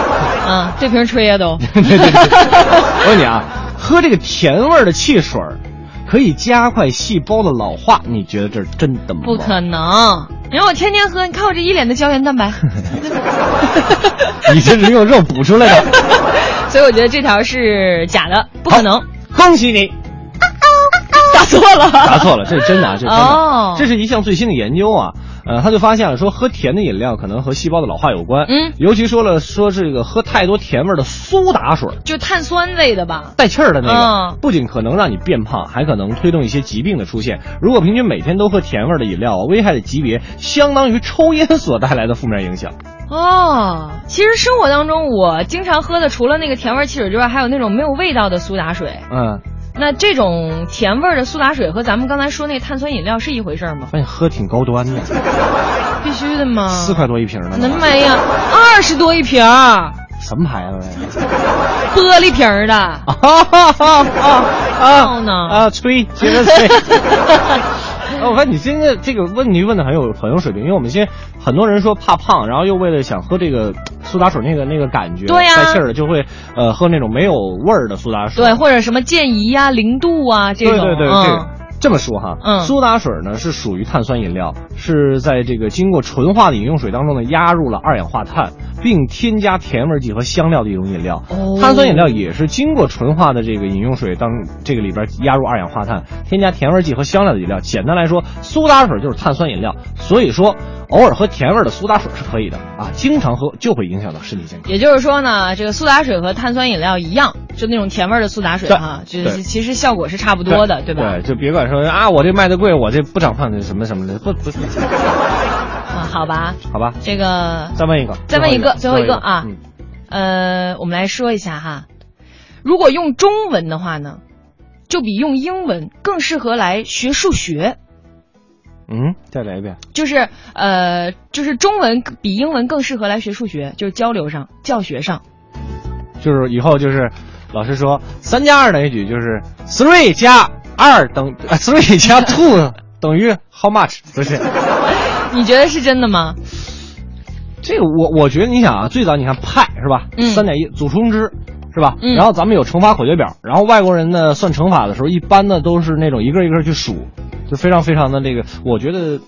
Speaker 2: 嗯，这瓶吹呀 都，
Speaker 3: 对对对，我问你啊，喝这个甜味儿的汽水儿，可以加快细胞的老化，你觉得这是真的吗？
Speaker 2: 不可能，你让我天天喝，你看我这一脸的胶原 蛋白，
Speaker 3: 你这是用肉补出来的。
Speaker 2: 所以我觉得这条是假的，不可能，啊
Speaker 3: 恭喜你，
Speaker 2: 打错了，
Speaker 3: 答错了，这是真的啊，这是真的。
Speaker 2: 哦
Speaker 3: 这是一项最新的研究啊，呃，他就发现了说喝甜的饮料可能和细胞的老化有关，
Speaker 2: 嗯，
Speaker 3: 尤其说了说这个喝太多甜味儿的苏打水儿。
Speaker 2: 就碳酸味的吧？
Speaker 3: 带气儿的那个
Speaker 2: 嗯，
Speaker 3: 不仅可能让你变胖，还可能推动一些疾病的出现。如果平均每天都喝甜味儿的饮料啊，危害的级别相当于抽烟所带来的负面影响。
Speaker 2: 哦，其实生活当中我经常喝的，除了那个甜味汽水之外，还有那种没有味道的苏打水。
Speaker 3: 嗯，
Speaker 2: 那这种甜味儿的苏打水和咱们刚才说那碳酸饮料是一回事儿吗？
Speaker 3: 发现喝挺高端的，
Speaker 2: 必须的吗？
Speaker 3: 四块多一瓶呢。
Speaker 2: 嗯那妈呀，二十多一瓶儿，
Speaker 3: 什么牌子
Speaker 2: 玻璃瓶儿 的。
Speaker 3: 啊哈哈
Speaker 2: 哦
Speaker 3: 啊
Speaker 2: 闹呢
Speaker 3: 啊啊！吹，接着 吹。啊我发现你今天这个问题问的很有很有水平，因为我们现在很多人说怕胖，然后又为了想喝这个苏打水那个那个感觉，
Speaker 2: 对呀啊
Speaker 3: 带气儿的就会呃喝那种没有味儿的苏打水。
Speaker 2: 对，或者什么健怡呀、零度啊这种。
Speaker 3: 对对对，
Speaker 2: 嗯、
Speaker 3: 这个这么说哈，
Speaker 2: 嗯
Speaker 3: 苏打水呢是属于碳酸饮料，是在这个经过纯化的饮用水当中呢压入了二氧化碳，并添加甜味剂和香料的一种饮料。
Speaker 2: 哦
Speaker 3: 碳酸饮料也是经过纯化的这个饮用水当这个里边压入二氧化碳，添加甜味剂和香料的饮料。简单来说，苏打水就是碳酸饮料，所以说偶尔喝甜味的苏打水是可以的啊，经常喝就会影响到身体健康。
Speaker 2: 也就是说呢，这个苏打水和碳酸饮料一样，就那种甜味儿的苏打水
Speaker 3: 对
Speaker 2: 哈，就
Speaker 3: 对
Speaker 2: 是其实效果是差不多的，对吧？
Speaker 3: 对，就别管说啊，我这卖的贵，我这不长胖，这什么什么的，不不，
Speaker 2: 啊，好吧，
Speaker 3: 好吧。
Speaker 2: 这个
Speaker 3: 再问一个，
Speaker 2: 再问一个
Speaker 3: 最
Speaker 2: 最后一个啊
Speaker 3: 嗯
Speaker 2: 呃，我们来说一下哈，如果用中文的话呢，就比用英文更适合来学数学。
Speaker 3: 嗯，再来一遍。
Speaker 2: 就是呃，就是中文比英文更适合来学数学，就是交流上、教学上。
Speaker 3: 就是以后就是，老师说三加二等于几，就是 three 加二等呃 three 加 two 等于 how much？不是，
Speaker 2: 你觉得是真的吗？
Speaker 3: 这个我我觉得你想啊，最早你看派是吧
Speaker 2: 嗯，
Speaker 3: 三点一组公之。是吧？
Speaker 2: 嗯
Speaker 3: 然后咱们有乘法口诀表，然后外国人呢算乘法的时候，一般呢都是那种一个一个去数，就非常非常的这个。我觉得，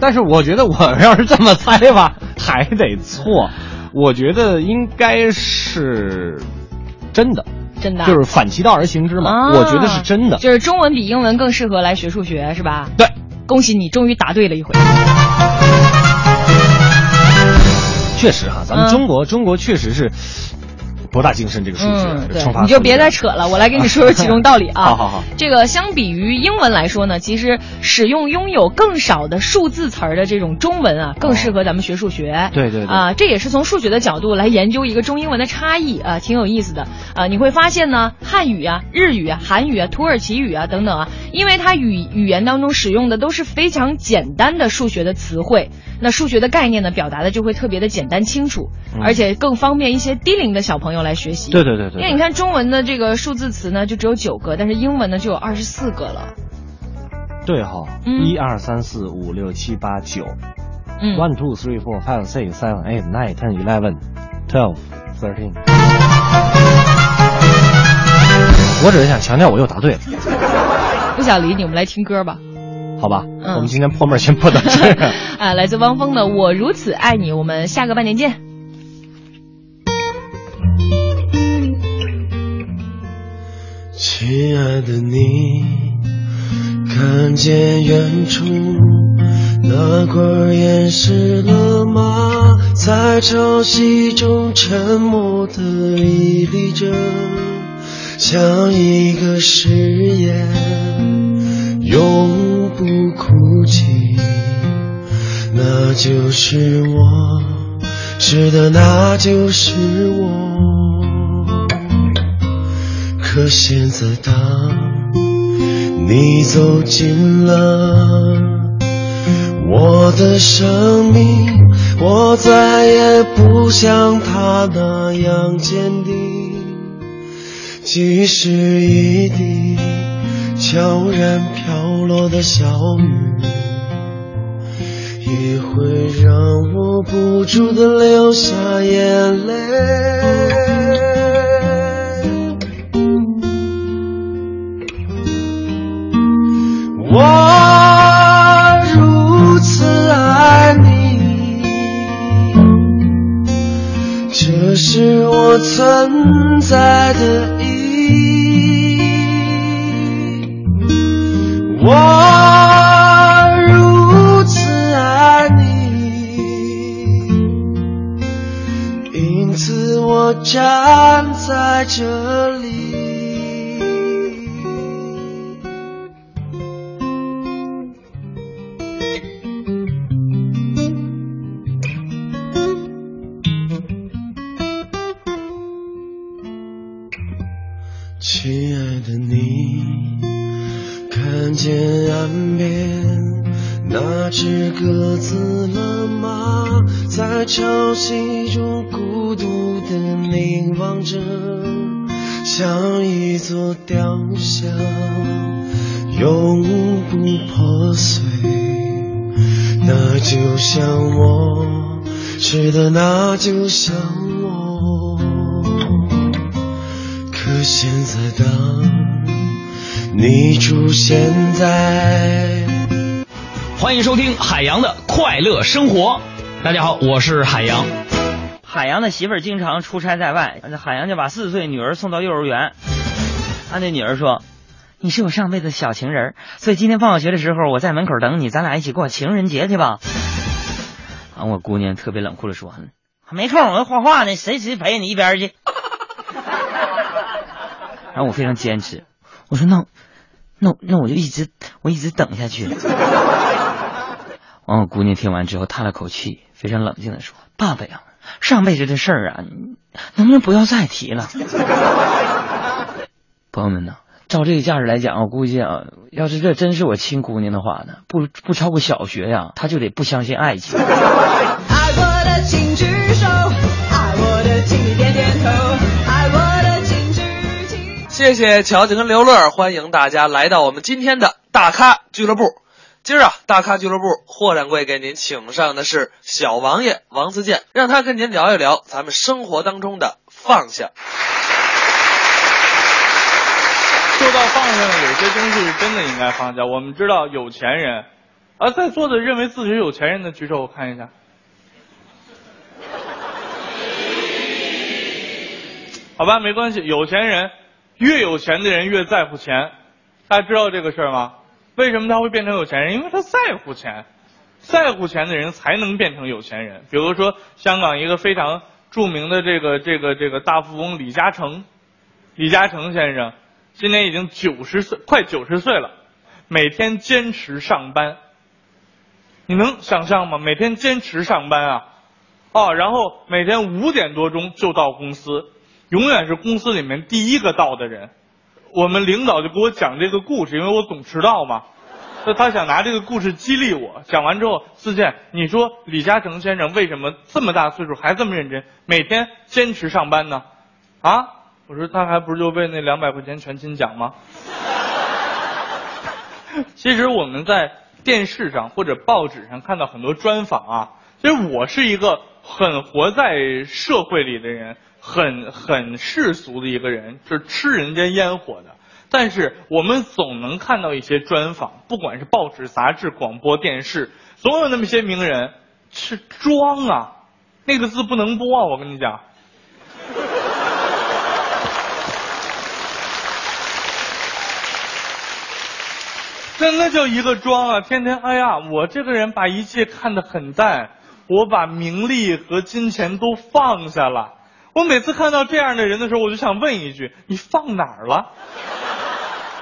Speaker 3: 但是我觉得我要是这么猜吧，还得错。我觉得应该是真的。
Speaker 2: 真的啊，
Speaker 3: 就是反其道而行之嘛。
Speaker 2: 啊
Speaker 3: 我觉得是真的。
Speaker 2: 就是中文比英文更适合来学数学，是吧？
Speaker 3: 对，
Speaker 2: 恭喜你，终于答对了一 回。
Speaker 3: 确实哈、咱
Speaker 2: 嗯
Speaker 3: 们中国、中国确实是博大精深这个数学，
Speaker 2: 嗯，
Speaker 3: 这
Speaker 2: 对
Speaker 3: 乘法，
Speaker 2: 你就别再扯了，我来给你说说其中道理啊。
Speaker 3: 好好好。
Speaker 2: 这个相比于英文来说呢，其实使用拥有更少的数字词儿的这种中文啊，更适合咱们学数学。
Speaker 3: 对对对
Speaker 2: 啊、这也是从数学的角度来研究一个中英文的差异啊、挺有意思的啊、你会发现呢，汉语啊、日语啊、韩语啊、土耳其语啊等等啊，因为它语语言当中使用的都是非常简单的数学的词汇，那数学的概念呢，表达的就会特别的简单清楚，而且更方便一些低龄的小朋友来学习。
Speaker 3: 嗯对对对对对
Speaker 2: 因为你看中文的这个数字词呢，就只有九个，但是英文呢就有二十四个了。
Speaker 3: 对哈、
Speaker 2: 嗯
Speaker 3: 一二三四五六七八九
Speaker 2: 嗯，
Speaker 3: ，one two three four five six seven eight nine ten eleven twelve thirteen。我只是想强调，我又答对了，
Speaker 2: 不想理你，我们来听歌吧。
Speaker 3: 好吧？
Speaker 2: 嗯
Speaker 3: 我们今天破闷儿先破到这儿。
Speaker 2: 啊，来自汪峰的《我如此爱你》，我们下个半年见。
Speaker 8: 亲爱的你，看见远处那块岩石了吗？在潮汐中沉默的屹立着，像一个誓言，永不哭泣。那就是我，是的，那就是我。可现在当你走近了，我的生命，我再也不像他那样坚定。即使一滴悄然飘落的小雨，也会让我不住的流下眼泪。
Speaker 2: 嗯
Speaker 8: 我如此爱你，这是我存在的意义。我如此爱你。因此我站在这里。亲爱的你，看见岸边那只鸽子了吗？在潮汐中孤独地凝望着，像一座雕像，永不破碎。那就像我是的，那就像我。可现在当你出现在。
Speaker 5: 欢迎收听海洋的快乐生活。大家好，我是海洋。海洋的媳妇儿经常出差在外，海洋就把四岁女儿送到幼儿园。他那女儿说：“你是我上辈子小情人儿，所以今天放学的时候我在门口等你，咱俩一起过情人节去吧。”啊，我姑娘特别冷酷的说：“嗯没空，我画画呢，谁谁陪你一边儿去。”然后我非常坚持，我说：“那那那我就一直我一直等下去。”完，啊我姑娘听完之后叹了口气，非常冷静地说：“爸爸呀，上辈子的事儿啊，你能不能不要再提了？”朋友们呐，照这个架势来讲，我估计啊，要是这真是我亲姑娘的话呢，不不超过小学呀、她就得不相信爱情。
Speaker 9: 爱我的请举手，爱我的请你点点头，爱我的请举起。
Speaker 10: 谢谢乔姐跟刘乐，欢迎大家来到我们今天的大咖俱乐部。今儿啊，大咖俱乐部霍掌柜给您请上的是小王爷王自健，让他跟您聊一聊咱们生活当中的放下。
Speaker 11: 说到放下呢，有些东西是真的应该放下。我们知道有钱人，啊，在座的认为自己是有钱人的举手，我看一下。好吧，没关系，有钱人越有钱的人越在乎钱，大家知道这个事儿吗？为什么他会变成有钱人？因为他在乎钱，在乎钱的人才能变成有钱人。比如说，香港一个非常著名的这个这个这个大富翁李嘉诚，李嘉诚先生今年已经九十岁，快九十岁了，每天坚持上班。你能想象吗？每天坚持上班啊，哦，然后每天五点多钟就到公司，永远是公司里面第一个到的人。我们领导就给我讲这个故事，因为我总迟到嘛。那他想拿这个故事激励我。讲完之后，自健，你说李嘉诚先生为什么这么大岁数还这么认真，每天坚持上班呢？啊？我说他还不是就为那两百块钱全勤奖吗？ 其实我们在电视上或者报纸上看到很多专访啊，其实我是一个很活在社会里的人，很很世俗的一个人，就是吃人间烟火的。但是我们总能看到一些专访，不管是报纸、杂志、广播电视，总有那么些名人是装啊，那个字不能播啊！我跟你讲，那那叫一个装啊！天天，哎呀，我这个人把一切看得很淡，我把名利和金钱都放下了。我每次看到这样的人的时候，我就想问一句：你放哪儿了？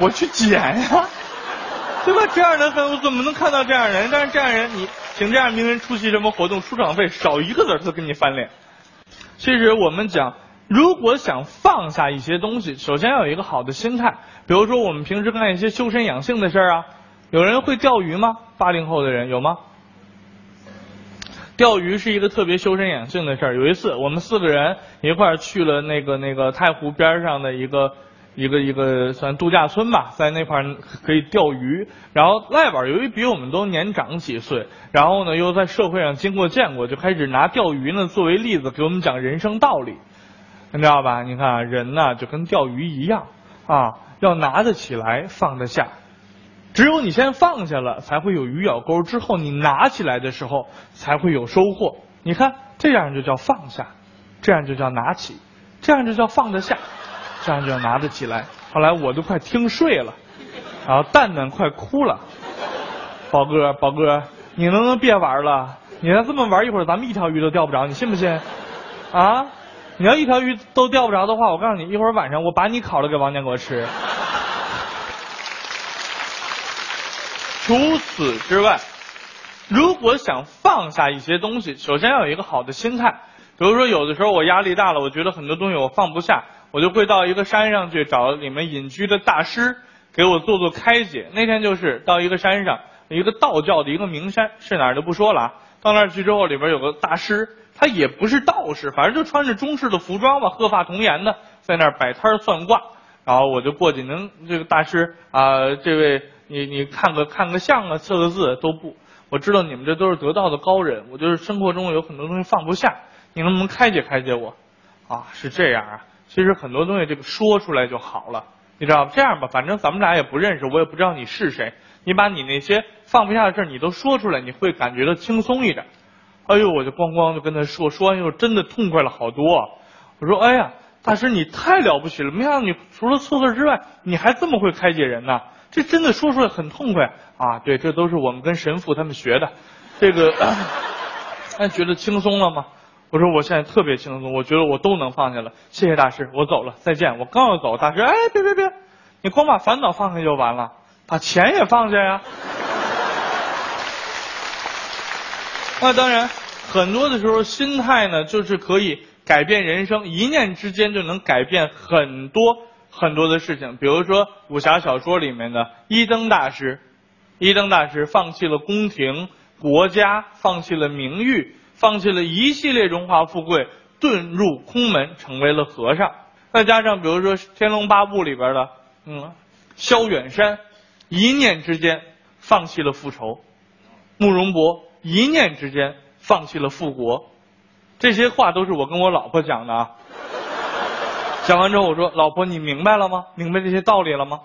Speaker 11: 我去捡呀、对吧？这样的很，我怎么能看到这样的人？但是这样人，你请这样名人出席什么活动，出场费少一个字儿他都跟你翻脸。其实我们讲，如果想放下一些东西，首先要有一个好的心态。比如说，我们平时干一些修身养性的事儿啊，有人会钓鱼吗？八零后的人有吗？钓鱼是一个特别修身养性的事儿。有一次，我们四个人一块儿去了那个那个太湖边儿上的一个一个一个算度假村吧，在那块儿可以钓鱼。然后外边儿由于比我们都年长几岁，然后呢又在社会上经过见过，就开始拿钓鱼呢作为例子给我们讲人生道理，你知道吧？你看啊人呐、就跟钓鱼一样啊，要拿得起来，放得下。只有你先放下了，才会有鱼咬钩；之后你拿起来的时候，才会有收获。你看，这样就叫放下，这样就叫拿起，这样就叫放得下，这样就叫拿得起来。后来我都快听睡了，然后蛋蛋快哭了。宝哥，宝哥，你能不能别玩了？你再这么玩一会儿，咱们一条鱼都钓不着，你信不信？啊，你要一条鱼都钓不着的话，我告诉你，一会儿晚上我把你烤了给王建国吃。除此之外，如果想放下一些东西，首先要有一个好的心态。比如说，有的时候我压力大了，我觉得很多东西我放不下，我就会到一个山上去找里面隐居的大师给我做做开解。那天就是到一个山上，一个道教的一个名山，是哪儿都不说了啊。到那儿去之后，里边有个大师，他也不是道士，反正就穿着中式的服装吧，鹤发童颜的，在那儿摆摊儿算卦。然后我就过去，能这个大师啊、这位你你看个看个相啊，测个字都不，我知道你们这都是得道的高人，我就是生活中有很多东西放不下，你能不能开解开解我？啊，是这样啊，其实很多东西这个说出来就好了，你知道吧？这样吧，反正咱们俩也不认识，我也不知道你是谁，你把你那些放不下的事儿你都说出来，你会感觉到轻松一点。哎呦，我就咣咣就跟他说，说完以后真的痛快了好多啊、我说，哎呀，大师你太了不起了，没想到你除了测字之外，你还这么会开解人呐！这真的说出来很痛快啊！对，这都是我们跟神父他们学的，这个， 哎，觉得轻松了吗？我说我现在特别轻松，我觉得我都能放下了，谢谢大师，我走了，再见。我刚要走，大师，哎，别别别，你光把烦恼放下就完了，把钱也放下呀。那当然，很多的时候心态呢，就是可以改变人生，一念之间就能改变很多很多的事情。比如说武侠小说里面的一灯大师，一灯大师放弃了宫廷、国家，放弃了名誉，放弃了一系列荣华富贵，遁入空门，成为了和尚。再加上比如说《天龙八部》里边的，嗯，萧远山，一念之间放弃了复仇，慕容博一念之间放弃了复国，这些话都是我跟我老婆讲的啊。讲完之后，我说：“老婆，你明白了吗？明白这些道理了吗？”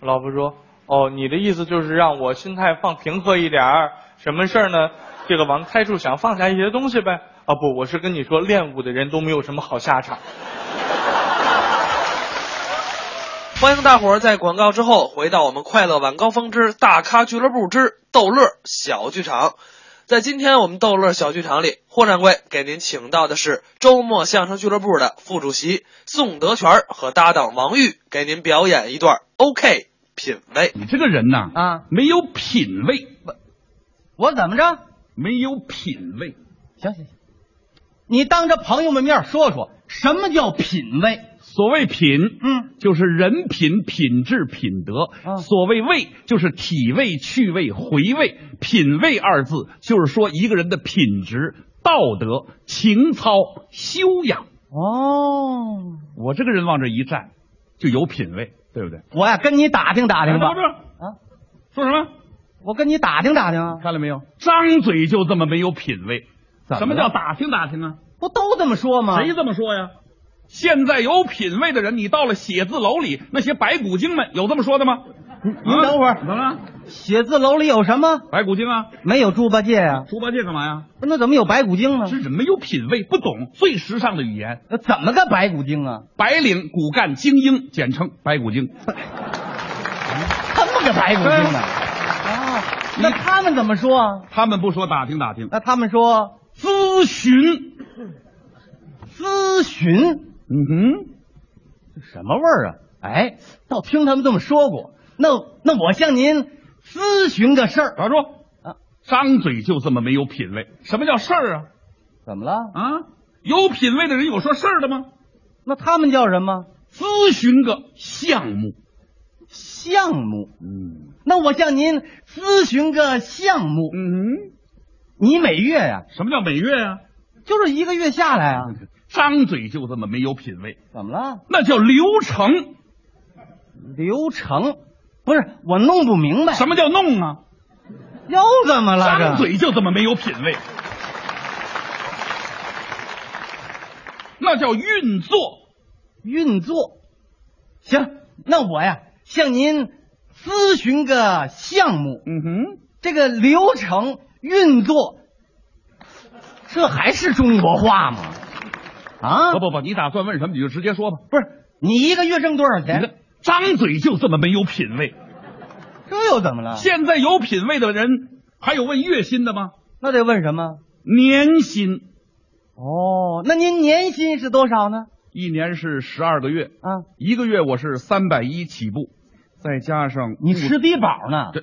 Speaker 11: 我老婆说：“哦，你的意思就是让我心态放平和一点儿，什么事儿呢？这个王开处想放下一些东西呗。”啊，不，我是跟你说，练武的人都没有什么好下场。
Speaker 10: 欢迎大伙儿在广告之后回到我们快乐晚高峰之大咖俱乐部之逗乐小剧场。在今天我们逗乐小剧场里，霍掌柜给您请到的是周末相声俱乐部的副主席宋德全儿和搭档王玉，给您表演一段 OK 品味。
Speaker 12: 你这个人呐，啊，没有品味。我怎么着？没有品味。行行行，
Speaker 13: 你当着朋友们面说说什么叫品味？
Speaker 12: 所谓品，嗯，就是人品、品质、品德；
Speaker 13: 啊
Speaker 12: 所谓味，就是体味、趣味、回味。品味二字，就是说一个人的品质、道德、情操、修养。哦，我这个人往这一站，就有品位，对不对？
Speaker 13: 我呀跟你打听打听吧
Speaker 12: 哎等会儿
Speaker 13: 啊，
Speaker 12: 说什么？
Speaker 13: 我跟你打听打听啊！
Speaker 12: 看了没有？张嘴就这么没有品位，什么
Speaker 13: 了
Speaker 12: 叫打听打听啊？
Speaker 13: 不都这么说吗？
Speaker 12: 谁这么说呀？现在有品位的人，你到了写字楼里，那些白骨精们有这么说的吗？啊
Speaker 13: 您等会儿，
Speaker 12: 怎么了？
Speaker 13: 写字楼里有什么？
Speaker 12: 白骨精啊？
Speaker 13: 没有猪八戒呀、
Speaker 12: 猪八戒干嘛呀？
Speaker 13: 不是那怎么有白骨精呢？
Speaker 12: 是人没有品位，不懂最时尚的语言。
Speaker 13: 怎么个白骨精啊？
Speaker 12: 白领、骨干、精英，简称白骨 精。
Speaker 13: 这么个白骨精 呢？啊，那他们怎么说啊？
Speaker 12: 他们不说打听打听，
Speaker 13: 那他们说
Speaker 12: 咨询。
Speaker 13: 咨询，
Speaker 12: 嗯哼，
Speaker 13: 这什么味儿啊？哎，倒听他们这么说过。那那我向您咨询个事儿。啊
Speaker 12: 打住！张嘴就这么没有品位，什么叫事儿啊？
Speaker 13: 怎么了？
Speaker 12: 啊，有品位的人有说事儿的吗？
Speaker 13: 那他们叫什么
Speaker 12: 咨询个项目，
Speaker 13: 项目？
Speaker 12: 嗯
Speaker 13: 那我向您咨询个项目。
Speaker 12: 嗯，
Speaker 13: 你每月呀、
Speaker 12: 什么叫每月啊？
Speaker 13: 就是一个月下来啊，
Speaker 12: 张嘴就这么没有品位，
Speaker 13: 怎么了？
Speaker 12: 那叫流程。
Speaker 13: 流程不是我弄不明白，
Speaker 12: 什么叫弄啊？
Speaker 13: 又怎么了？
Speaker 12: 张
Speaker 13: 这
Speaker 12: 嘴就这么没有品位，那叫运作。
Speaker 13: 运作。行，那我呀向您咨询个项目，
Speaker 12: 嗯哼，
Speaker 13: 这个流程运作，这还是中国话吗？啊，
Speaker 12: 不不不，你打算问什么你就直接说吧。
Speaker 13: 不是，你一个月挣多少
Speaker 12: 你
Speaker 13: 钱
Speaker 12: 这？张嘴就这么没有品位，
Speaker 13: 这又怎么了？
Speaker 12: 现在有品位的人还有问月薪的吗？
Speaker 13: 那得问什么？
Speaker 12: 年薪。
Speaker 13: 哦，那您年薪是多少呢？
Speaker 12: 一年是十二个月啊，一个月我是三百一起步，再加上你吃
Speaker 13: 低保呢？
Speaker 12: 这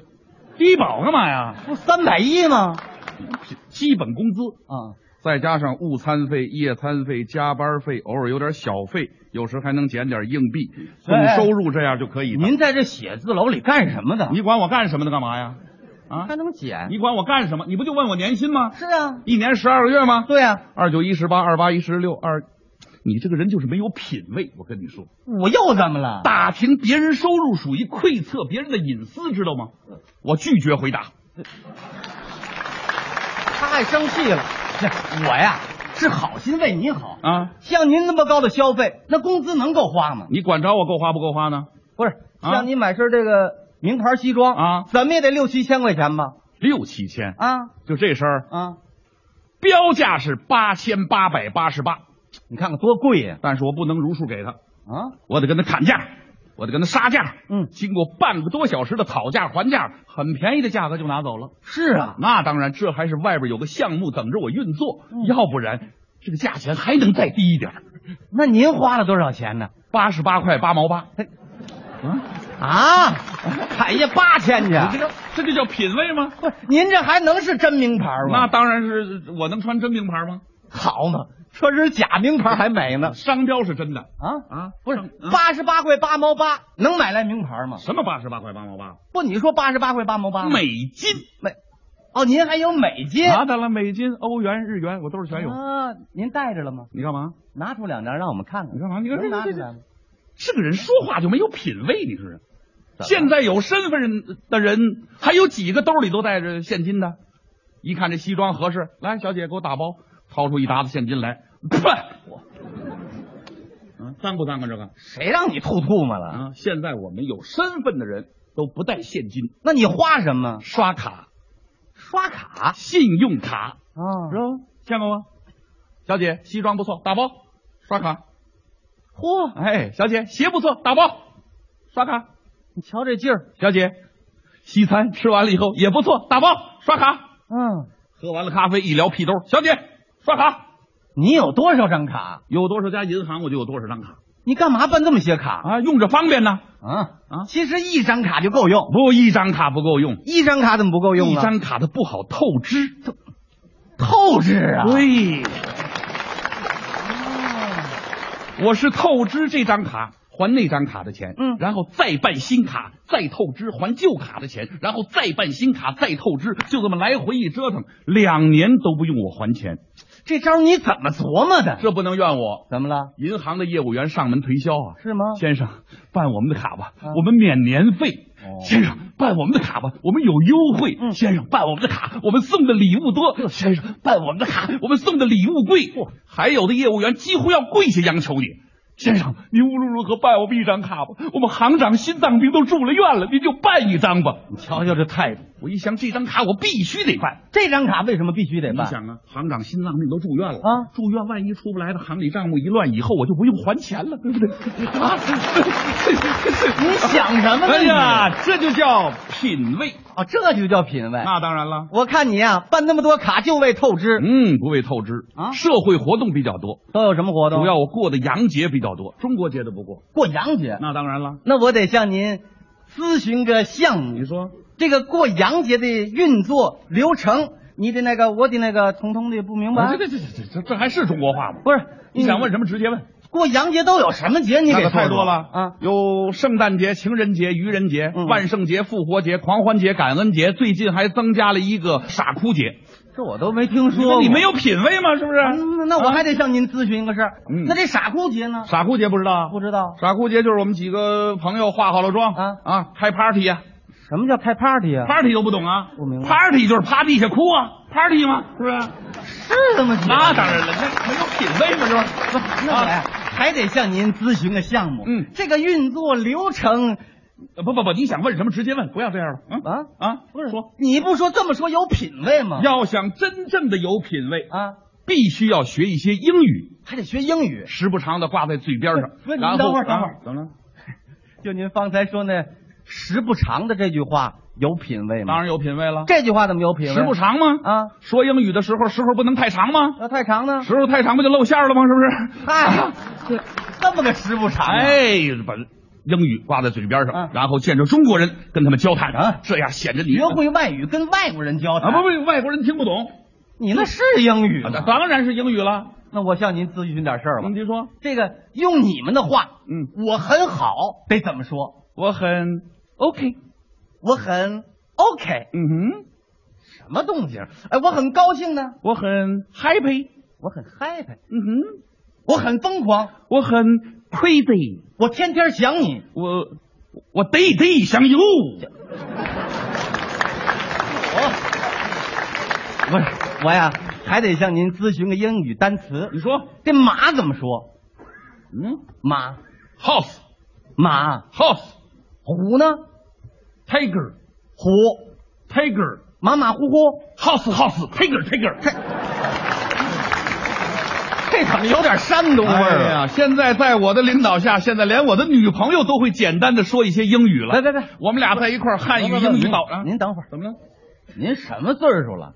Speaker 12: 低保干嘛呀？
Speaker 13: 不三百一吗？
Speaker 12: 基本工资
Speaker 13: 啊，
Speaker 12: 再加上午餐费、夜餐费、加班费，偶尔有点小费，有时还能捡点硬币，
Speaker 13: 哎
Speaker 12: 总
Speaker 13: 哎
Speaker 12: 收入这样就可以。您
Speaker 13: 在这写字楼里干什么的？
Speaker 12: 你管我干什么的干嘛呀？啊，
Speaker 13: 还能减？
Speaker 12: 你管我干什么？你不就问我年薪吗？
Speaker 13: 是啊，
Speaker 12: 一年十二个月吗？
Speaker 13: 对啊呀、
Speaker 12: 二九一十八，二八一十六，二，你这个人就是没有品位，我跟你说。
Speaker 13: 我又怎么了？
Speaker 12: 打听别人收入属于窥测别人的隐私，知道吗？我拒绝回答。
Speaker 13: 他还生气了。我呀是好心为您好
Speaker 12: 啊，
Speaker 13: 像您那么高的消费，那工资能够花吗？
Speaker 12: 你管着我够花不够花呢？
Speaker 13: 不是，
Speaker 12: 啊
Speaker 13: 像你买身这个名牌西装
Speaker 12: 啊，
Speaker 13: 怎么也得六七千块钱吧？
Speaker 12: 六七千
Speaker 13: 啊，
Speaker 12: 就这身儿
Speaker 13: 啊，
Speaker 12: 标价是八千八百八十八，
Speaker 13: 你看看多贵呀、
Speaker 12: 但是我不能如数给他
Speaker 13: 啊，
Speaker 12: 我得跟他砍价，我得跟他杀价。
Speaker 13: 嗯，
Speaker 12: 经过半个多小时的讨价还价，很便宜的价格就拿走了。
Speaker 13: 是啊，
Speaker 12: 那当然，这还是外边有个项目等着我运作，
Speaker 13: 嗯
Speaker 12: 要不然这个价钱还能再低一点儿。
Speaker 13: 那您花了多少钱呢？
Speaker 12: 八十八块八毛八。
Speaker 13: 啊，砍下八千去。
Speaker 12: 你这个这就叫品味吗？
Speaker 13: 不是，您这还能是真名牌吗？
Speaker 12: 那当然是我能穿真名牌吗？
Speaker 13: 好嘛，说是假名牌还美呢。
Speaker 12: 商标是真的
Speaker 13: 啊
Speaker 12: 啊，
Speaker 13: 不是八十八块八毛八，能买来名牌吗？
Speaker 12: 什么八十八块八毛八？
Speaker 13: 不，你说八十八块八毛八吗
Speaker 12: 美金
Speaker 13: 美，哦，您还有美金
Speaker 12: 啊，当然美金、欧元、日元我都是全有。
Speaker 13: 啊？您带着了吗？
Speaker 12: 你干嘛？
Speaker 13: 拿出两张让我们看看。你
Speaker 12: 干嘛？你看这
Speaker 13: 能拿
Speaker 12: 这
Speaker 13: 出
Speaker 12: 这
Speaker 13: 来吗？
Speaker 12: 这个人说话就没有品位，你说。现在有身份人的人，还有几个兜里都带着现金的？一看这西装合适，来，小姐给我打包，掏出一沓子现金来， 啪！嗯，脏不脏啊？这个
Speaker 13: 谁让你吐吐沫了？
Speaker 12: 啊！现在我们有身份的人都不带现金，
Speaker 13: 那你花什么？
Speaker 12: 刷卡，
Speaker 13: 刷卡，
Speaker 12: 信用卡，
Speaker 13: 啊，
Speaker 12: 是吧？见过吗？小姐，西装不错，打包，刷卡。
Speaker 13: 嚯，
Speaker 12: 哎，小姐，鞋不错，打包，刷卡。
Speaker 13: 你瞧这劲儿，
Speaker 12: 小姐，西餐吃完了以后也不错，打包，刷卡。
Speaker 13: 嗯，
Speaker 12: 喝完了咖啡一撩屁兜，小姐，刷卡。
Speaker 13: 你有多少张卡？
Speaker 12: 有多少家银行，我就有多少张卡
Speaker 13: 你干嘛办这么些卡
Speaker 12: 啊，用着方便呢。
Speaker 13: 啊？
Speaker 12: 啊
Speaker 13: 其实一张卡就够用，
Speaker 12: 不，一张卡不够用，
Speaker 13: 一张卡怎么不够用
Speaker 12: 一
Speaker 13: 啊？
Speaker 12: 张卡它不好透支。
Speaker 13: 透支啊？
Speaker 12: 对，我是透支这张卡还那张卡的钱，嗯，然后再办新卡，再透支还旧卡的钱，然后再办新卡，再透支，就这么来回一折腾，两年都不用我还钱，
Speaker 13: 这招你怎么琢磨的？
Speaker 12: 这不能怨我。
Speaker 13: 怎么了？
Speaker 12: 银行的业务员上门推销啊，
Speaker 13: 是吗？啊
Speaker 12: 先生办我们的卡吧，我们免年费。
Speaker 13: 哦
Speaker 12: 先生办我们的卡吧，我们有优惠。
Speaker 13: 嗯
Speaker 12: 先生办我们的卡，我们送的礼物多。先生办我们的卡，我们送的礼物贵。还有的业务员几乎要跪下央求你。先生，您无论如何办我们一张卡吧，我们行长心脏病都住了院了，您就办一张吧。
Speaker 13: 你瞧瞧这态度，
Speaker 12: 我一想，这张卡我必须得办。
Speaker 13: 这张卡为什么必须得
Speaker 12: 你
Speaker 13: 办？
Speaker 12: 想啊，行长心脏病都住院了
Speaker 13: 啊
Speaker 12: 住院万一出不来的行里账目一乱，以后我就不用还钱了，对不对？啊，
Speaker 13: 你想什么呢
Speaker 12: 哎
Speaker 13: 你
Speaker 12: 呀，这就叫品味。
Speaker 13: 啊，这就叫品味。
Speaker 12: 那当然了，
Speaker 13: 我看你啊，办那么多卡就为透支，
Speaker 12: 嗯，不为透支
Speaker 13: 啊
Speaker 12: 社会活动比较多，
Speaker 13: 都有什么活动？
Speaker 12: 主要我过的洋节比较多，中国节的不过。
Speaker 13: 过洋节。
Speaker 12: 那当然了，
Speaker 13: 那我得向您咨询个项目。
Speaker 12: 你说
Speaker 13: 这个过洋节的运作流程，你得那个，我得那个，统统的不明白。
Speaker 12: 啊这这这这这这还是中国话吗？
Speaker 13: 不是，
Speaker 12: 你想问什么直接问，
Speaker 13: 过洋节都有什么节？你
Speaker 12: 那
Speaker 13: 给
Speaker 12: 可太
Speaker 13: 说
Speaker 12: 多
Speaker 13: 说
Speaker 12: 了
Speaker 13: 啊！！嗯
Speaker 12: 有圣诞节、情人节、愚人节、万圣节、复活节、狂欢节、感恩节，最近还增加了一个傻哭节。
Speaker 13: 这我都没听
Speaker 12: 你
Speaker 13: 说
Speaker 12: 说
Speaker 13: 过。
Speaker 12: 你没有品位吗？是不是？
Speaker 13: 嗯？那我还得向您咨询个事儿。
Speaker 12: 嗯
Speaker 13: 那这傻哭节呢？
Speaker 12: 傻哭节不知道啊？
Speaker 13: 不知道
Speaker 12: 傻哭节就是我们几个朋友化好了妆
Speaker 13: 啊
Speaker 12: 啊，开 party 呀、
Speaker 13: 什么叫开 party 啊
Speaker 12: p a r t y 都不懂啊？
Speaker 13: 我明白
Speaker 12: party 就是趴地下哭啊，party 嘛，是不是？
Speaker 13: 是这么解
Speaker 12: 那当然了，那没有品位嘛，是吧？
Speaker 13: 不是，那我呀、还得向您咨询个项目。
Speaker 12: 嗯
Speaker 13: 这个运作流程
Speaker 12: 呃不不不，你想问什么直接问，不要这样了。嗯
Speaker 13: 啊，
Speaker 12: 啊，
Speaker 13: 不是
Speaker 12: 说，
Speaker 13: 你不说这么说有品位吗？
Speaker 12: 要想真正的有品位，
Speaker 13: 啊，
Speaker 12: 必须要学一些英语，
Speaker 13: 还得学英语。
Speaker 12: 时不常的挂在嘴边上。
Speaker 13: 不是您
Speaker 12: 然后
Speaker 13: 等会儿等会儿
Speaker 12: 啊怎么了？
Speaker 13: 就您方才说那时不常的这句话，有品位吗？
Speaker 12: 当然有品位了。
Speaker 13: 这句话怎么有品位？
Speaker 12: 时不常吗？啊，说英语的时候时候不能太长吗？
Speaker 13: 啊
Speaker 12: 啊
Speaker 13: 要太长呢，
Speaker 12: 时候太长不就露馅了吗？是不是？
Speaker 13: 嗨，这这么个时不常啊。啊
Speaker 12: 哎，把英语挂在嘴边上，然后见着中国人跟他们交谈，啊、这样显着你
Speaker 13: 学会外语跟外国人交谈
Speaker 12: 啊，不不，外国人听不懂。
Speaker 13: 你那是英语吗
Speaker 12: 啊当然是英语了。
Speaker 13: 那我向您咨询点事儿吧。
Speaker 12: 您说
Speaker 13: 这个用你们的话，嗯，我很好，得怎么说？
Speaker 12: 我很 OK，
Speaker 13: 我很 OK。
Speaker 12: 嗯哼，
Speaker 13: 什么动静？哎，我很高兴呢，
Speaker 12: 我很 happy，
Speaker 13: 我很 happy，
Speaker 12: 嗯哼，
Speaker 13: 我很疯狂，
Speaker 12: 我很 crazy，
Speaker 13: 我天天想你，
Speaker 12: 我我 day day 想 you。
Speaker 13: 不是我呀，还得向您咨询个英语单词。
Speaker 12: 你说
Speaker 13: 这马怎么说？
Speaker 12: 嗯
Speaker 13: 马
Speaker 12: ，house
Speaker 13: 马
Speaker 12: house
Speaker 13: 虎呢？
Speaker 12: tiger
Speaker 13: 虎
Speaker 12: tiger
Speaker 13: 马马虎虎
Speaker 12: house house tiger tiger。
Speaker 13: 这怎么有点山东味儿
Speaker 12: 哎
Speaker 13: 啊？
Speaker 12: 呀，现在在我的领导下，啊现在连我的女朋友都会简单的说一些英语了。
Speaker 13: 来来来，
Speaker 12: 我们俩在一块儿，汉语、
Speaker 13: 不不不
Speaker 12: 英语
Speaker 13: 您
Speaker 12: 导啊。
Speaker 13: 您等会儿，
Speaker 12: 怎么了？
Speaker 13: 您什么岁数了？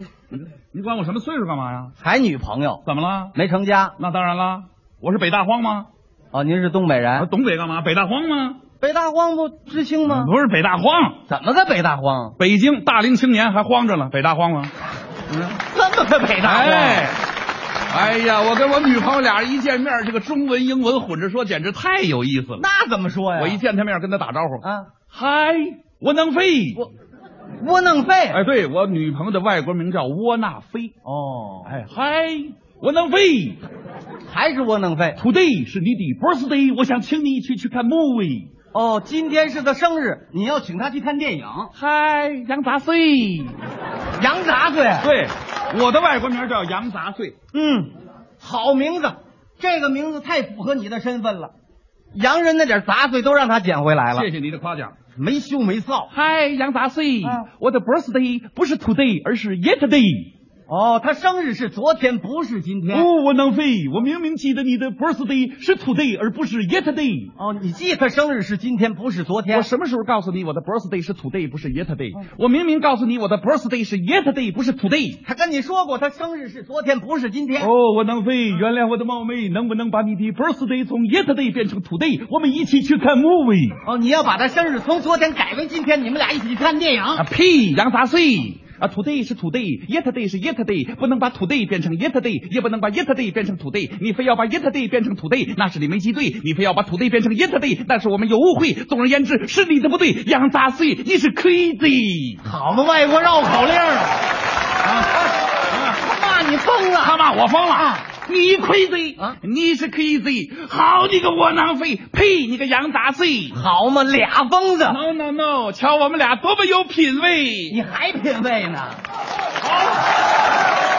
Speaker 12: 你管我什么岁数干嘛呀？
Speaker 13: 还女朋友？
Speaker 12: 怎么了？
Speaker 13: 没成家？
Speaker 12: 那当然啦，我是北大荒吗？
Speaker 13: 哦，您是东北
Speaker 12: 啊
Speaker 13: 人？
Speaker 12: 东北干嘛？北大荒吗？
Speaker 13: 北大荒不知青吗？
Speaker 12: 不是北大荒，
Speaker 13: 怎么个北大荒？
Speaker 12: 北京大龄青年还荒着呢，北大荒吗？
Speaker 13: 这么个嗯北大荒？
Speaker 12: 哎，哎呀，我跟我女朋友俩人一见面，这个中文英文混着说，简直太有意思了。
Speaker 13: 那怎么说呀？
Speaker 12: 我一见她面跟她打招呼，
Speaker 13: 啊，
Speaker 12: 嗨，窝囊废。
Speaker 13: 窝囊废。
Speaker 12: 哎，对我女朋友的外国名叫窝纳菲。
Speaker 13: 哦，
Speaker 12: 哎，嗨，窝囊废
Speaker 13: 还是窝囊废。
Speaker 12: ，Today 是你的 birthday，我想请你去去看 movie。
Speaker 13: 哦，今天是他生日，你要请他去看电影，
Speaker 12: 嗨，羊杂碎。
Speaker 13: 羊杂碎。
Speaker 12: 对，我的外国名叫羊杂碎。
Speaker 13: 嗯，好名字，这个名字太符合你的身份了。洋人那点杂碎都让他捡回来了，
Speaker 12: 谢谢你的夸奖。
Speaker 13: 没羞没臊。
Speaker 12: 嗨，羊杂碎，
Speaker 13: 啊
Speaker 12: 我的 birthday 不是 today，而是 yesterday。
Speaker 13: 哦，他生日是昨天，不是今天。
Speaker 12: 哦，窝囊废，我明明记得你的 birthday 是 today，而不是 yesterday。
Speaker 13: 哦，你记他生日是今天，不是昨
Speaker 12: 我
Speaker 13: 天。嗯
Speaker 12: 什么时候告诉你我的 birthday 是 today 不是 yesterday？、我明明告诉你我的 birthday 是 yesterday 不是 today。
Speaker 13: 他跟你说过，他生日是昨天，不是今天。嗯
Speaker 12: 哦，窝囊废，原谅我的冒昧，能不能把你的 birthday 从 yesterday 变成 today？我们一起去看 movie
Speaker 13: 哦，你要把他生日从昨天改为今天，你们俩一起去看电影。
Speaker 12: 啊？屁，羊杂碎啊！today 是 today，yesterday 是 yesterday，不能把 today 变成 yesterday，也不能把 yesterday 变成 today。你非要把 yesterday 变成 today，那是你没记对；你非要把 today 变成 yesterday，那是我们有误会。总而言之，是你的不对，羊杂碎，你是 crazy。
Speaker 13: 好嘛，外国绕口令啊！ 骂你疯了！
Speaker 12: 啊他骂我疯了啊！你 crazy
Speaker 13: 啊
Speaker 12: 你是 crazy，好你个窝囊废，呸，你个羊杂碎！
Speaker 13: 好嘛，俩疯子，
Speaker 12: No no no！瞧我们俩多么有品位！
Speaker 13: 你还品位呢？
Speaker 12: 好，